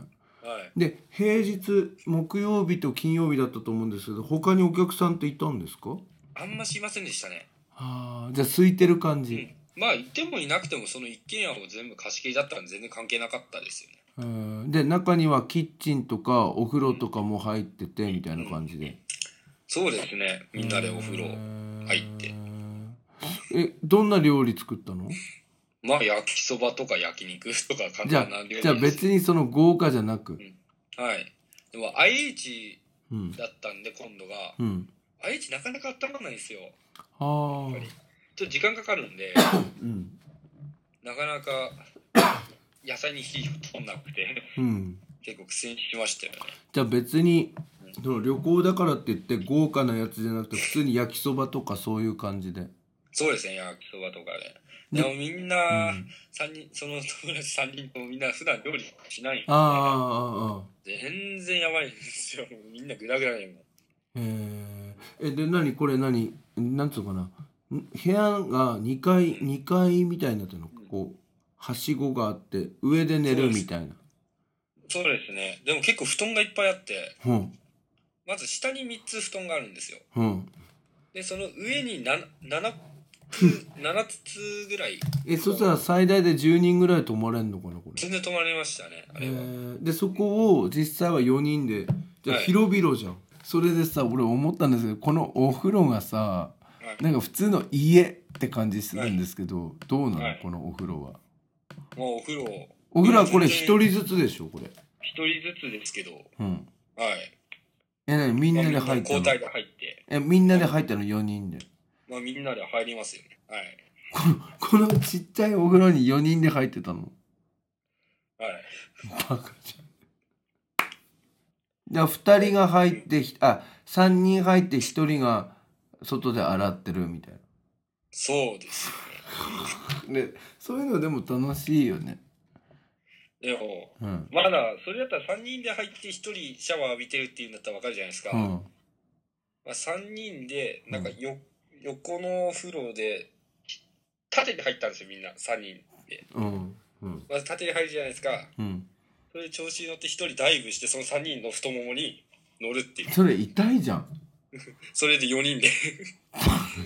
い。
で平日木曜日と金曜日だったと思うんですけど他にお客さんっていたんですか
あんましいませんでしたね。
あーじゃあ空いてる感じ、
まあ、いてもいなくても、その一軒家を全部貸し切りだったら全然関係なかったですよね。
えーで中にはキッチンとかお風呂とかも入っててみたいな感じで
そうですね。みんなでお風呂。入って
えどんな料理作ったの
まあ、焼きそばとか焼肉とか簡
じゃあ
単な料理です。
じゃあ別にその豪華じゃなく
はい。でも、IH
うん
だったんで、今度が。
うん
IH なかなか温まらないんですよ。
はあ
ちょっと時間かかる んで、
うん
なかなか、野菜に火を通んなくて、
うん
結構苦戦しましたよね。
じゃあ別にその旅行だからって言って豪華なやつじゃなくて普通に焼きそばとかそういう感じで
そうですね、焼きそばとか
で
で。でもみん
う
な、
ん
三人、その友達3人ともみんな普段料理しないんで、
ああああああ
全然やばいんですよ。みんなグダグダでも。
へええで何これ何なんつうのかなん部屋が2階2階みたいになってるのこうはしごがあって上で寝るみたいな
そうですね。でも結構布団がいっぱいあって、
うん
まず下に3つ布団があるんですよ。
うん
で、その上に 7, 7, 7つぐらい、
えそしたら最大で10人ぐらい泊まれんのかなこれ
全然泊まれましたね、あ
え
れは。
ーでそこを実際は4人でじゃあ
はい
広々じゃん、それでさ俺思ったんですけどこのお風呂がさ
はい
なんか普通の家って感じするんですけど、どうなの、
はい
このお風呂は
もうお風呂、1
お風呂はこれ
い
1
や全
人
然
ずつでしょこれ
人ずつですけど、
うん
はい。
え何みんなで入った
交
の
代で入って、
えみんなで入ったの4人で
まあみんなで入りますよね。はい。
このこのちっちゃいお風呂に4人で入ってたの
はい。
バカじゃん。じゃあ2人が入ってひあ3人入って1人が外で洗ってるみたい
そうですよ
な。でそういうのでも楽しいよね。
ね。でも、
うん。
まだ、それだったら3人で入って1人シャワー浴びてるっていうんだったらわかるじゃないですか。
うん。
まあ、3人で、なんかよ、横のお風呂で、縦に入ったんですよ、みんな、3人。
うん。うん。
まず縦に入るじゃないですか。
うん。
それで調子に乗って1人ダイブして、その3人の太ももに乗るっていう。
それ痛いじゃん。
それで4人で。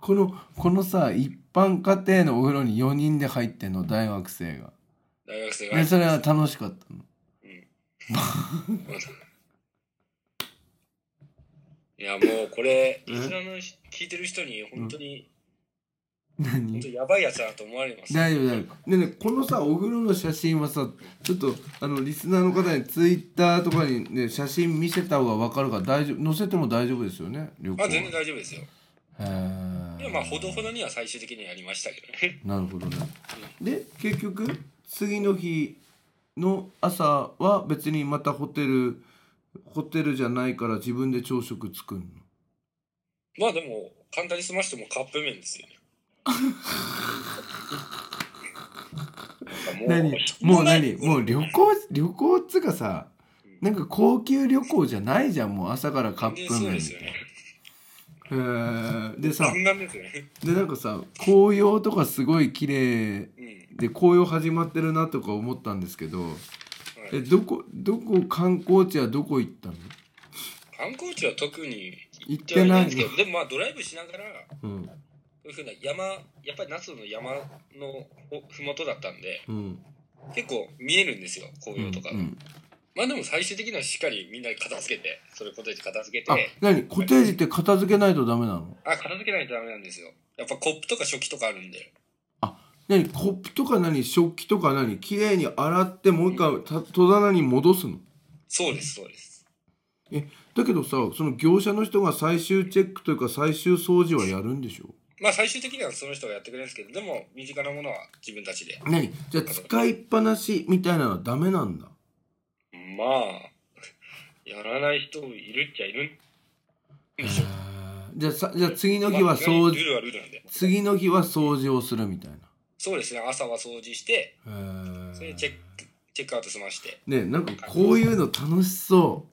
このこのさ一般家庭のお風呂に4人で入ってんの大学生が。
大学生が入
で
って
それは楽しかったの。
いや、もうこれ、
うん
リスナーの人聞いてる人に、本当に、本当
何
にやばいやつだと思われます。
大丈夫大丈夫。ねえねえこのさお風呂の写真はさちょっとあのリスナーの方にツイッターとかにね写真見せた方がわかるから大丈夫載せても大丈夫ですよね旅行
ま
は。
あ、全然大丈夫ですよ。
へ
で
え。
もまあ、ほどほどには最終的にはやりましたけどね。
なるほどね。で結局次の日の朝は別にまたホテルホテルじゃないから自分で朝食作るの。
まあ、でも、簡単に済ましてもカップ麺ですよね。な ん
何も
か
う
必
何
要ない
もう旅行旅行っつうかさなんか高級旅行じゃないじゃんもう朝からカッ
全
プ
然そう
麺み
ですよ
たい
ね。
な。へえでさ
弾丸ですよね。
でなんかさ紅葉とかすごい綺麗
うん。
で紅葉始まってるなとか思ったんですけど
はい
えどこどこ観光地はどこ行ったの
観光地は特に
行っ
行っては
て
いな
ない
ん
い
ですけど、
の、
でもまあ、ドライブしながら、
うん
こういうふうな山、やっぱり那須の山のほふもとだったんで、
うん
結構見えるんですよ、紅葉とかが。
うん、
まあでも最終的にはしっかりみんなで片付けて、それコテージ片付け
あ
て、
何コテージって片付けないとダメなの
あ、片付けないとダメなんですよ。やっぱコップとか食器とかあるんで。
何コップとか何食器とか何綺麗に洗ってもう一回た戸棚に戻すの
そうです、そうです。
だけどさその業者の人が最終チェックというか最終掃除はやるんでしょ
まあ最終的にはその人がやってくれるんですけど、でも身近なものは自分たちで。
何じゃあ使いっぱなしみたいなのはダメなんだ
まあ、やらない人いるっちゃいるんでしょ。
じゃあさじゃあ次の日は
まあ
掃
ルー
除
ルはルールなんで。
次の日は掃除をするみたいな
そうですね、朝は掃除して、
へー
それでチェック、チェックアウト済まして。
ねえなんかこういうの楽しそ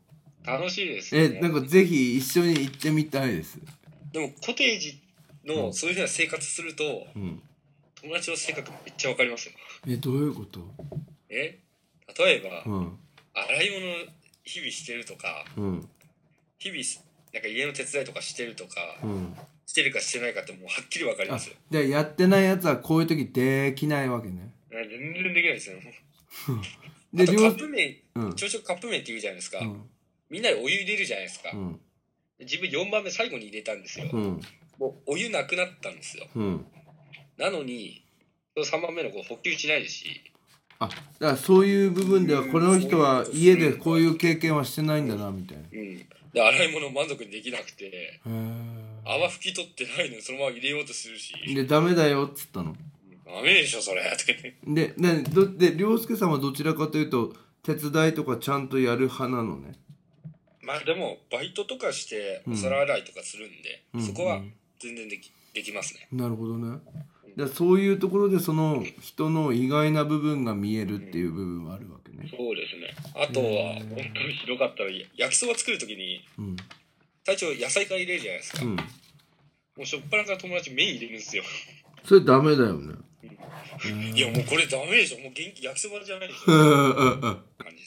楽しいです
う
ね。
えなんかぜひ一緒に行ってみたいです
でもコテージ
う
の
ん
そういうふうな生活すると、
うん
友達の性格めっちゃわかりますよ。
えどういうこと
え例えば、
うん
洗い物日々してるとか、
うん
日々すなんか家の手伝いとかしてるとか、
うん
してるかしてないかってもうはっきりわかり
あ
ますよ。
じゃあやってないやつはこういう時できないわけね
全然できないですよ。
で
あと
両
カップ麺、
うん
朝食カップ麺って言うじゃないですか。
うん
みんなでお湯入れるじゃないですか。
うん
自分4番目最後に入れたんですよ。
うん
もうお湯なくなったんですよ。
うん
なのに、その3番目の子補給しないですし、
あだからそういう部分ではこの人は家でこういう経験はしてないんだなみたいなへ
うん。で、洗い物満足にできなくて、
え
泡拭き取ってないのにそのまま入れようとするし、
でダメだよっつったの
ダメでしょ、それ。とかね
でねどで涼介さんはどちらかというと手伝いとかちゃんとやる派なのね
まあでも、バイトとかして、
うん
お皿洗いとかするんで、
うん
そこは全然できできますね。
なるほどねだからそういうところでその人の意外な部分が見えるっていう部分はあるわけね
そうですね。あとは、
うん
本当にひどかったら、や焼きそば作るときに、
うん
最初野菜から入れるじゃないですか。
うん
もうしょっぱなから友達麺入れるんですよ。
それダメだよね
いや、もうこれダメでしょ。もう元気、焼きそばじゃないでし
う
ょ。
んうんうん
感じで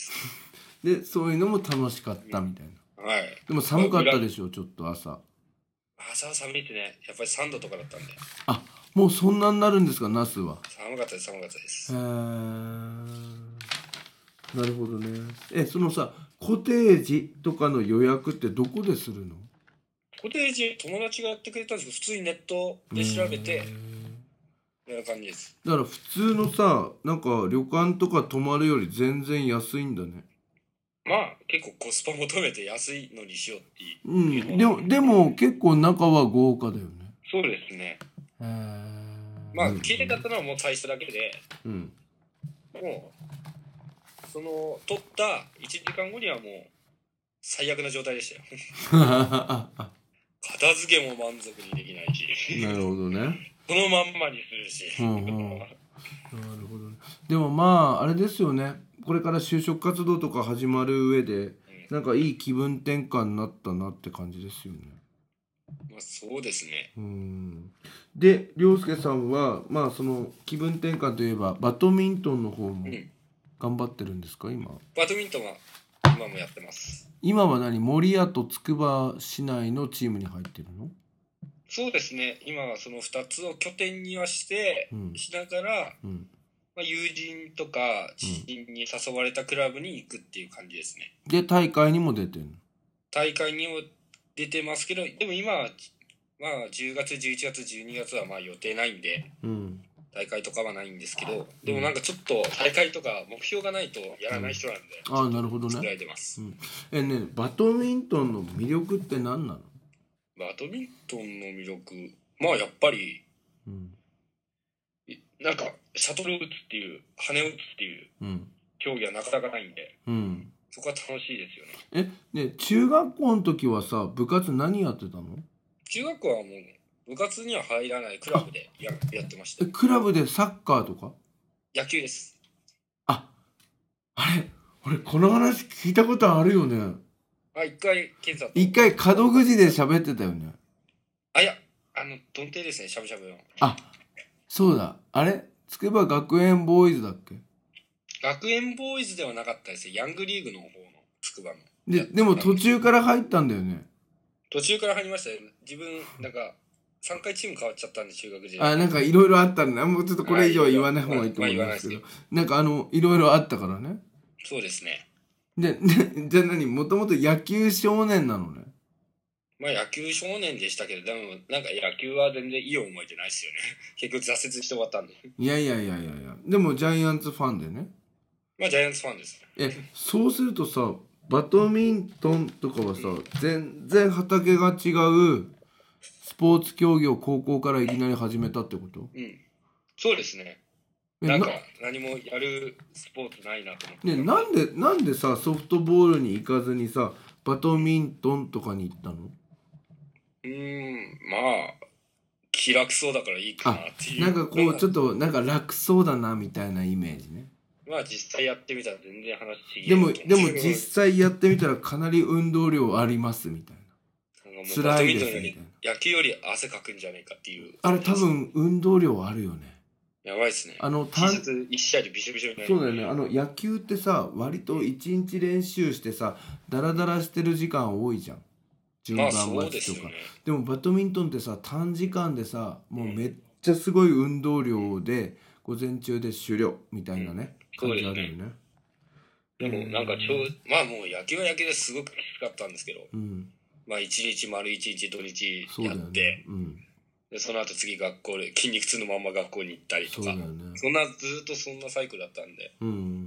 す。
でそういうのも楽しかったみたいな
はい。
でも寒かったでしょちょっと朝
朝は寒いってね、やっぱり3度とかだったんで、
あもうそんなになるんですかナスは
寒かったです、寒かったです
へ。ーなるほどねえそのさコテージとかの予約ってどこでするの
コテージ、友達がやってくれたんですけど、普通にネットで調べて
う、ん
やる感じです。
だから普通のさなんか旅館とか泊まるより全然安いんだね
まあ、結構コスパ求めて安いのにしようっていう。
うんでもでも結構中は豪華だよね
そうですね。
へ
まあ
うん
聞いてたのはもう最初だけで
うん
もうその取った1時間後にはもう最悪な状態でした よ
な
片付けも満足にできないし
るほどね
そのまんまにするし、
うんう んなるほどねでもまああれですよねこれから就職活動とか始まる上でなんかいい気分転換になったなって感じですよね
まあそうですね
うんで涼介さんはまあその気分転換といえばバドミントンの方も
うん
頑張ってるんですか今
バドミントンは今もやってます
今は何守谷とつくば市内のチームに入ってるの
そうですね今はその2つを拠点にはして
うん
しながら、
うん
まあ、友人とか知人に誘われたクラブに行くっていう感じですね
で大会にも出てるの
大会にも出てますけどでも今はまあ10月11月12月はまあ予定ないんで
うん
大会とかはないんですけどでもなんかちょっと大会とか目標がないとやらない人なんで
ああなるほど
作ら
ね
れてます、
えねバドミントンの魅力って何なの
バドミントンの魅力まあやっぱり
うん
いなんかシャトルを打つっていう羽を打つっていう
うん
競技はなかなかないんで
うん
そこは楽しいですよね
えね中学校の時はさ部活何やってたの
中学校はもう部活には入らないクラブでややってました
えクラブでサッカーとか
野球です
ああれ俺この話聞いたことあるよね
あ一回検査
一回角くじで喋ってたよね
あいやあのどんていですねしゃぶしゃぶの
あそうだあれつくば学園ボーイズだっけ
学園ボーイズではなかったですねヤングリーグの方のつくばの
ででも途中から入ったんだよね
途中から入りましたよ自分なんか3回チーム変わっちゃったんで中学時代
あなんかいろいろあったんだもうちょっとこれ以上は言わない方がいいと思いますけど
ま
なんかあのいろいろあったからね
そうですね
ででじゃあ何もともと野球少年なのね
まあ野球少年でしたけどでもなんか野球は全然いい思い出ないですよね 結局挫折して終わったんで
いやいやいやいやいやでもジャイアンツファンでね
まあジャイアンツファンです
えそうするとさバドミントンとかはさ全然畑が違うスポーツ競技を高校からいきなり始めたってこと
うんそうですね
え
なんか何もやるスポーツないなと思って、
ね、なんでなんでさソフトボールに行かずにさバドミントンとかに行ったの
うーんまあ気楽そうだからいいかなっていう
なんかこうち
っ
ょっとなんか楽そうだなみたいなイメージね
とまあ実際やってみたら全然話違え
でも
よと
で
思っ
も
て
実際やってみたらかなり運動量ありますみたい
なんかもう
辛いです
バドミントンより
みたい
野球より汗かくんじゃねえかっていう
なあれ多分運動量あるよね
やばいですね
あの
技
単
術一試合でびしょびしょになる
そうだよねあの野球ってさ割と1日練習してさダラダラしてる時間多いじゃん順
ま
番
あそう
待
です
ちと
よ
か、
ね
でもバドミントンってさ短時間でさもうめっちゃすごい運動量で午前中で終了みたいなね、
うん
感じあるよね。
でもなんかちょうまあもう野球は野球ですごくきつかったんですけど
うん、
まあ一日丸一日土日
そう
や
だよ
って
ね。うん、
でその後次学校で筋肉痛のまま学校に行ったりと
そう
か
だよね。
そんなずっとそんなサイクルだったんで
うん。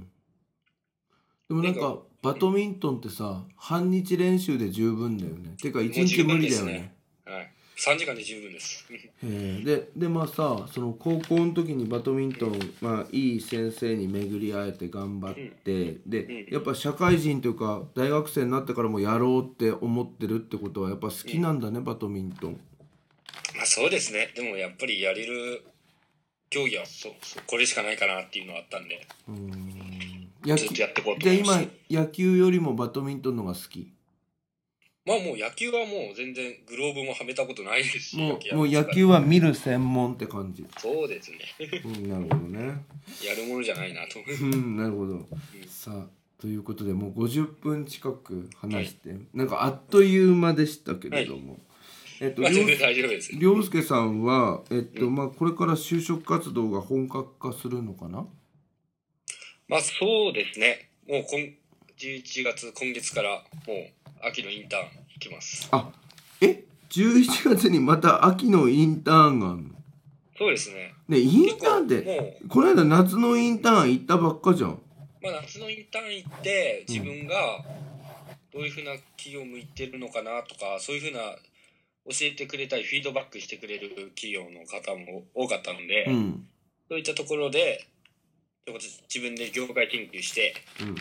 でもなん
な
かバドミントンってさ半日練習で十分だよね。てか一
もう
日
十
無
分
理
で
だよ
すね
ね。
はい3時間で十分です
えーででまあさその高校の時にバドミントン、まあ、いい先生に巡り会えて頑張って、で
うん
やっぱ社会人というか大学生になってからもやろうって思ってるってことはやっぱ好きなんだね、バドミントン。
まあそうですねでもやっぱりやれる競技はそうそうこれしかないかなっていうのはあったんで
うーん野
ず
球
っと
じゃ
やっていこうと
あ
思いま
今
した
野球よりもバドミントンの方が好き
まあもう野球はもう全然グローブもはめたことないですし
もう
や
もう
ってた
野
から
球は見る専門って感じ、
そうですね
うん、なるほどね。
やるものじゃないなと思う
うん、なるほど。さあ、ということで、もう50分近く話して、なんかあっという間でしたけれども。えっと、
まあ
りょ
全
う
然大丈夫です
涼介さんは、えっと、まあ、これから就職活動が本格化するのかな。
まあそうですねもう今11月今月からもう秋のインターン行きます
あ、え、11月にまた秋のインターンがあるの。
そうですね
ね、インターンっ
結構も
て、この間夏のインターン行ったばっかじゃん。
まあ、夏のインターン行って自分がどういうふうな企業向いてるのかなとかそういうふうな教えてくれたり、フィードバックしてくれる企業の方も多かったので、
うん
そういったところで、ちょこっと自分で業界研究して、
うん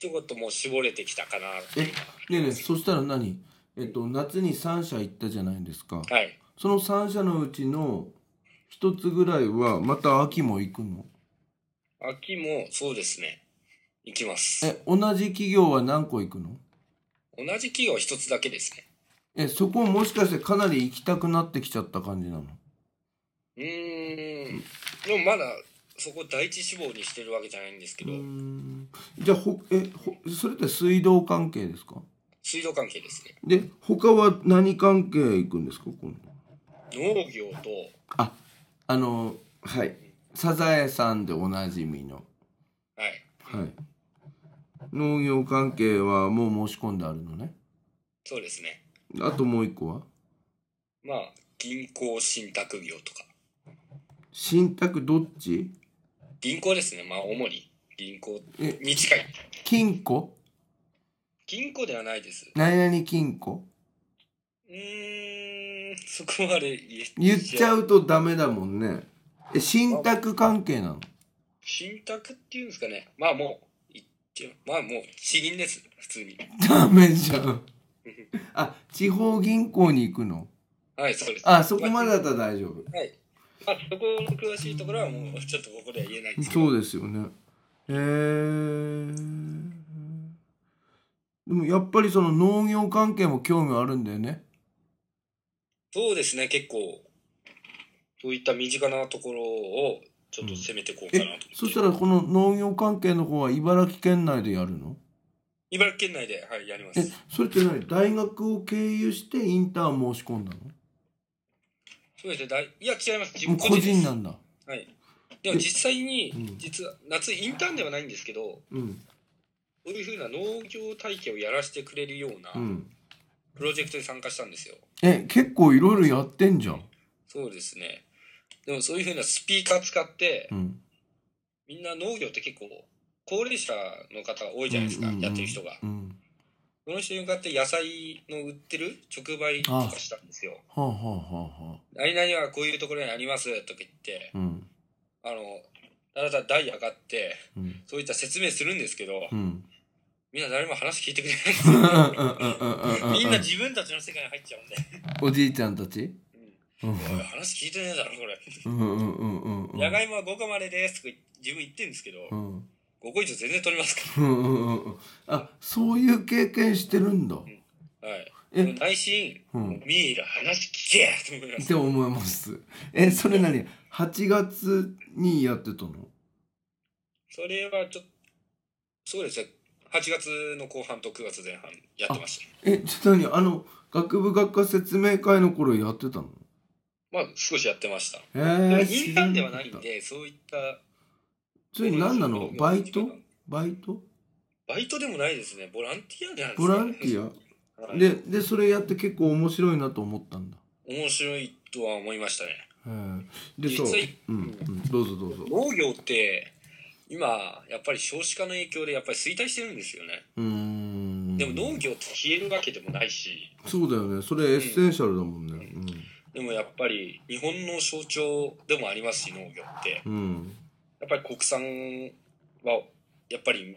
ちょこっともう絞れてきたかなっていうのは
ねえねえそしたら何えっと夏に3社行ったじゃないですか
はい。
その3社のうちの1つぐらいはまた秋も行くの
秋もそうですね。行きます。
え同じ企業は何個行くの
同じ企業は一つだけですね。
えそこもしかしてかなり行きたくなってきちゃった感じなの
うーん。でもまだそこ第一志望にしてるわけじゃないんですけ
う
ど、
ーんじゃあほえほそれって水道関係ですか
水道関係ですね。
で他は何関係行くんですか今度
農業と、
ああのはいサザエさんでおなじみの
はい。
はい農業関係はもう申し込んであるのね
そうですね。
あともう一個は
まあ、銀行信託業とか。
信託どっち
銀行ですね。まあ、主に銀行
え
に近い。
金庫
銀行ではないです。
何々金庫
うーん、そこまで言え
言っちゃ
う。
うとダメだもんねえ信託関係なの
信託っていうんですかね。まあもう、言っちゃう。まあもう、資金です。普通に。
ダメじゃ んあ地方銀行に行くの
はい、そうです。
あそこまでだったら大丈夫
はい。まあ、そこの詳しいところはもうちょっとここでは言えないんですけど。
そうですよねへえでもやっぱりその農業関係も興味あるんだよね
そうですね、結構、そういった身近なところをちょっと攻めていこうか
え
なと思って。
そしたらこの農業関係の方は茨城県内でやるの
茨城県内で、はい、やりま
え
す。
それって何大学を経由してインターン申し込んだの
そうですね、だいいや、違います。自
もう
分
個人
です
なんだ
はい。でも実際
う
に
ん、
実は夏インターンではないんですけど、
うん
そういうふうな農業体験をやらせてくれるような
うん
プロジェクトに参加したんですよ。
え結構いろいろやってんじゃん
そうですね。でもそういうふうなスピーカー使って
う、ん
みんな農業って結構、高齢者の方が多いじゃないですか、
うんうんうん
やってる人が。
うん
その人に向かって野菜の売ってる直売とかしたんですよ。
はあはあはあはあ
何々はこういうところにありますとか言って、
うん
あの、ただただ台上がって、
うん
そういった説明するんですけど、
うん
みんな誰も話聞いてくれ
うんうんう
ない
んうんうん
みんな自分たちの世界に入っちゃうんで。
おじいちゃんたちうん
おい話聞いてねえだろ、これ。
うんうんうんうんうん
じゃがいもは5個までですとか自分言ってるんですけど、
うん
5個以上全然取れますか
うんうんうんうんあそういう経験してるんだ
ら。はい。
え
でも内心、
うん
ミイラ話聞けやと思いま
っ
す。
て思いますえそれ何8月にやってたの
それはちょっと、そうですね。8月の後半と9月前半やってました。
えちょっと何あの学部学科説明会の頃やってたの
まあ、少しやってました。
え
でも
ー、
インターンではないん
知らかっ
で、そういった。
たそれ何なのバイトバイト
バイトでもないですね。ボランティアでなんです
ボランティ
ア、は
ア
い
ででそれやって結構面白いなと思ったんだ
面白いとは思いましたね。
へーでそう
実際、
うんうん、どうぞどうぞ
農業って、今、やっぱり少子化の影響で、やっぱり衰退してるんですよね。
うーん
でも農業って消えるわけでもないし、
そうだよねそれエッセンシャルだもんね
でもやっぱり日本の象徴でもありますし、農業って。
うん、うん、
やっぱり国産は、やっぱり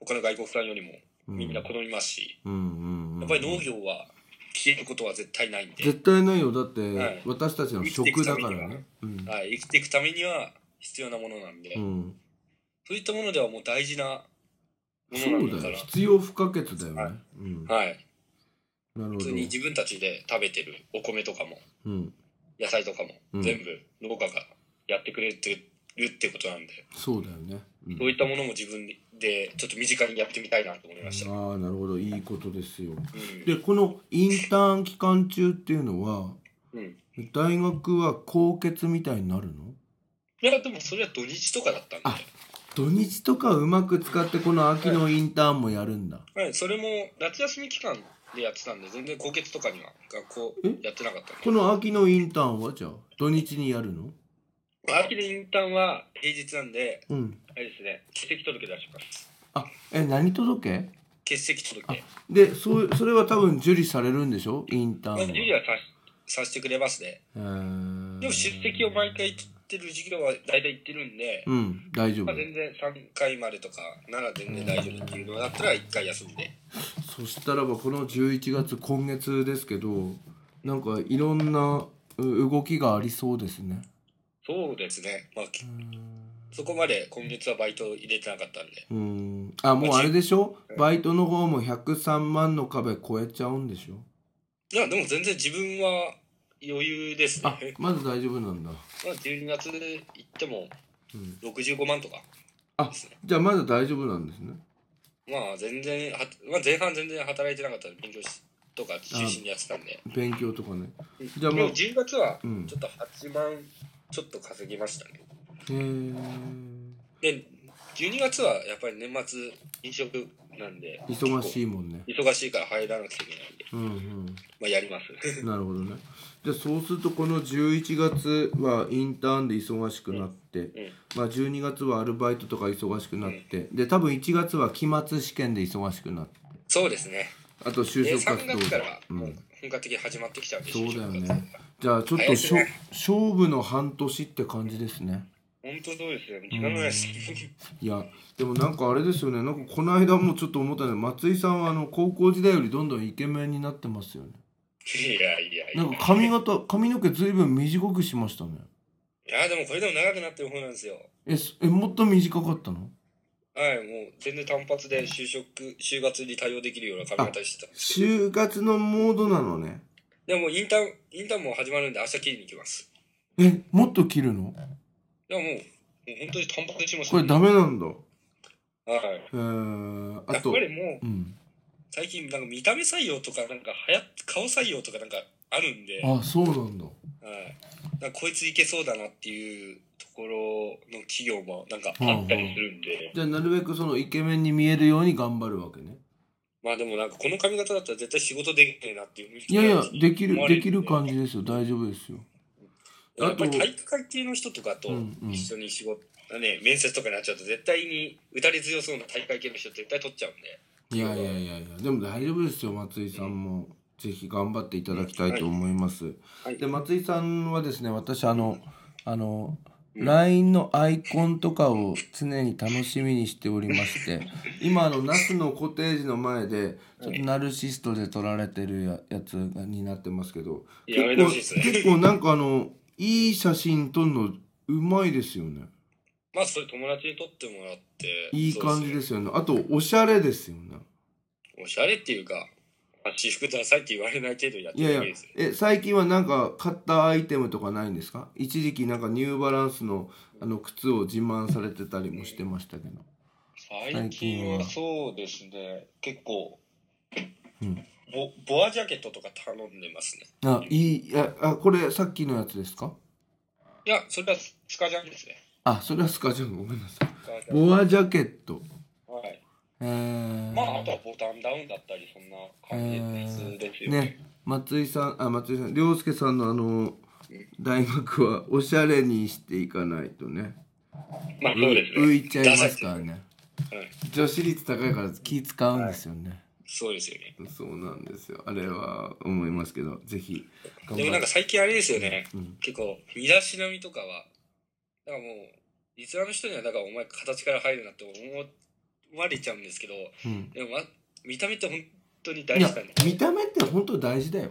他の外国産よりも
うん
みんな好みますし、
うんうんうん
やっぱり農業は消えることは絶対ないんで、
絶対ないよだって、
はい
私たちの食だからねうん、
はい、生きていくためには必要なものなんで、
うん、
そういったものではもう大事なも
そ
のな
うん
だ
だ
か
よ
ら、
必要不可欠だよね、
はい
うん、な
はい、
るほ
普
ど
通に自分たちで食べてるお米とかも
うん、
野菜とかも、
うん
全部農家がやってくれてるってことなんで、
そうだよね、うん
そういったものも自分でちょっと身近にやってみたいなと思いました。うん
ああなるほどいいことですよでこのインターン期間中っていうのは
うん、
大学は高血みたいになるの
いやでもそれは土日とかだったん
あ土日とかうまく使ってこの秋のインターンもやるんだ、
で、はい、それも夏休み期間でやってたんで全然高血とかには学校
え
やってなかったんで
この秋のインターンはじゃあ土日にやるの
秋のインターンは平日なんで
うん
あれですね、奇跡届け出します。
あえ何届け
欠席届
でそうそれは多分受理されるんでしょインターン
受理
は
はささせてくれますね
へー
でも出席を毎回取ってる授業は大体行ってるんで、
うん大丈夫
まあ、全然3回までとかなら全然大丈夫っていうのだったら1回休んで
そしたらばこの11月今月ですけどなんかいろんなう動きがありそうですね
そうですね、まあ、き
うん
そこまで今月はバイト入れてなかったんで
うんあもうあれでしょバイトの方も103万の壁超えちゃうんでしょ
いやでも全然自分は余裕です
あ
ね
まず大丈夫なんだ、
まあ12月行っても
うん、
65万とか
あ
ですね
じゃあまだ大丈夫なんですね
まあ全然は、まあ、前半全然働いてなかったんで勉強しとか中心にやってたんで
勉強とかねじ
で
ゃあもう
も10月は
うん
ちょっと8万ちょっと稼ぎましたね
へえ
で12月はやっぱり年末飲食なんで
忙し
い
いもんね
忙しいから入らなくちゃいけないんで、
うんうん
まあ、やります
なるほどねじゃあそうするとこの11月はインターンで忙しくなって、
うん
まあ、12月はアルバイトとか忙しくなって、で多分1月は期末試験で忙しくなって
そうですね
あと就
で
職活
3
動
月から
う、
もうん本格的に始まってきちゃうんで、
そうだよね
就職活動が
じゃあちょっ
早い
と
で
し
す
ょ
ね
勝負の半年って感じですね
本当そうですよ時間がないです、
いやでもなんかあれですよねなんかこの間もちょっと思ったね松井さんはあの高校時代よりどんどんイケメンになってますよね
いやいやいや
なんか髪型髪の毛ずいぶん短くしましたね
いやでもこれでも長くなってる方なんですよ
えすえもっと短かったの
はいもう全然単発で就職就活に対応できるような髪型してたんですけど
就活のモードなのね
でもインターンインターンも始まるんで明日切りに行きます
えもっと切るの
でももうもう本当に単発にします
これダメなんだ
はい
えー、あ
やっぱ
と
りもう
うん
最近なんか見た目採用とかなんかはや顔採用とかなんかあるんで、はい、
あそうなんだ
なんかこいついけそうだなっていうところの企業もなんかあったりするんで、
じゃあなるべくそのイケメンに見えるように頑張るわけね
まあでもなんかこの髪型だったら絶対仕事できねえなっていう
いやいやできるできる感じですよ大丈夫ですよ
やっぱり
あと
体育会系の人とかと
うんうん
一緒に仕事、ね面接とかになっちゃうと絶対に打たれ強そうな体育会系の人絶対取っちゃうんで
いやいやいやいやでも大丈夫ですよ松井さんもぜひ頑張っていただきたいと思います、
はい
で松井さんはですね私あのあの
うん
LINE のアイコンとかを常に楽しみにしておりま して今あのナスのコテージの前でちょっとナルシストで撮られてるややつがになってますけど
いややめてほしいですね
結構なんかあのいい写真撮るのうまいですよね
まあそれ友達に取ってもらって
いい感じですすよねあとおしゃれですよね
おしゃれっていうかまあ私服くださいって言われない程度やって
いや
る
い
わ
や
けですよ
え最近はなんか買ったアイテムとかないんですか一時期なんかニューバランスのあの靴を自慢されてたりもしてましたけど
最近はそうですね結構、
うん
ボボアジャケットとか頼んでますね
あいいいやあこれさっきのやつですか
いやそれはススカジャンですね
あそれはスカジャンごめんなさい
スカジャン
ボアジャケット
はい
えー、
まあ、あとはボタンダウンだったり、そんな感じですよ
ね
ね。
松井さんあ松井さん涼介さんのあの大学はおしゃれにしていかないとね
まあ、そうですね。
浮いちゃいますからね
はい
女子率高いから気使うんですよね、
そうですよね。
そうなんですよ。あれは思いますけど、ぜひ頑張
でもなんか最近あれですよね。
うん、
結構、身だしなみとかは、なんかもう、リスナーの人には、だからお前形から入るなって思われちゃうんですけど、
うん、
でも、ま、見た目って本当に大
いや
事なんで。
見た目って本当大事だよ。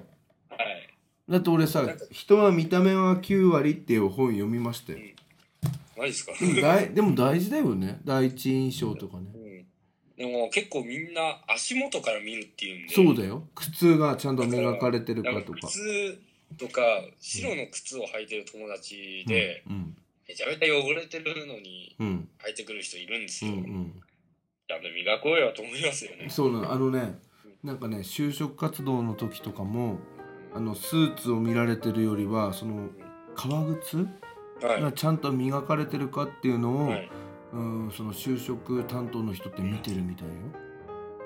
はい。
だって俺さ
なんか、
人は見た目は9割っていう本読みましたよ。
マジですか
でも 大でも大事だよね。第一印象とかね
う。ん。でも結構みんな足元から見るっていうんで。
そうだよ。靴がちゃんと磨かれてるか
なん
と
か
か。
靴とか、白の靴を履いてる友達で、
うん、
めちゃめちゃ汚れてるのに
うん、
入ってくる人いるんです
うん、う
よ。
ん、
ちゃんと磨こうよと思いますよ
う
ね
ん。。そうなの。あのね、なんかね、就職活動の時とかも、あのスーツを見られてるよりは、その革靴
はい。
がちゃんと磨かれてるかっていうのを、
はい、
うんその就職担当の人って見てるみたいよ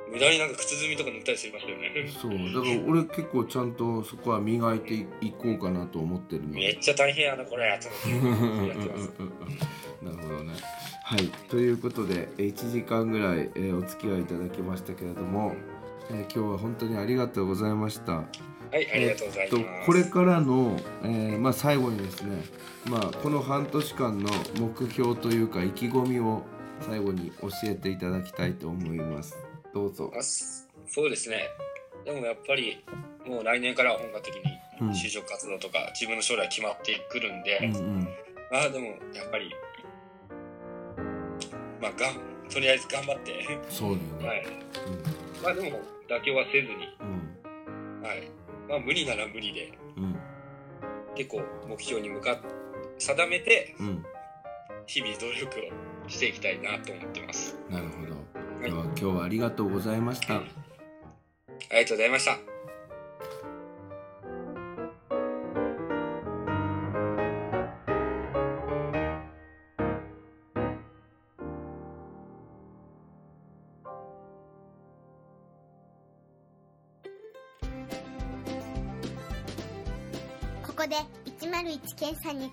無駄になんか靴積みとか塗ったりしますよね。
そうだから俺結構ちゃんとそこは磨いていこうかな と思ってるの
めっ
で
ちゃ大変やな、これ。と思ってやってます。
なるほどねははい、ということでえー1時間ぐらい、えーお付き合いいただきましたけれども、えー今日は本当にありがとうございました。
はい、ありがとうござい
と
ます。
これからの、えーまあ、最後にですね、まあ、この半年間の目標というか意気込みを最後に教えていただきたいと思います。どうぞ。
あすそうですね。でもやっぱりもう来年からは本格的に
うん
就職活動とか自分の将来決まってくるんで、
うんうん
まあでもやっぱりまあがとりあえず頑張って、
そうだよ
は
ね。
い。まあでも妥協はせずに、
うん
はい。まあ無理なら無理で
うん
結構目標に向かって定めて
うんうん
日々努力をしていきたいなと思ってます。
なるほど。
は
で
い、
は今日はありがとうございました。
ありがとうございました。
ここで101ケンさんに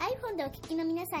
iPhone でお聞きの皆さ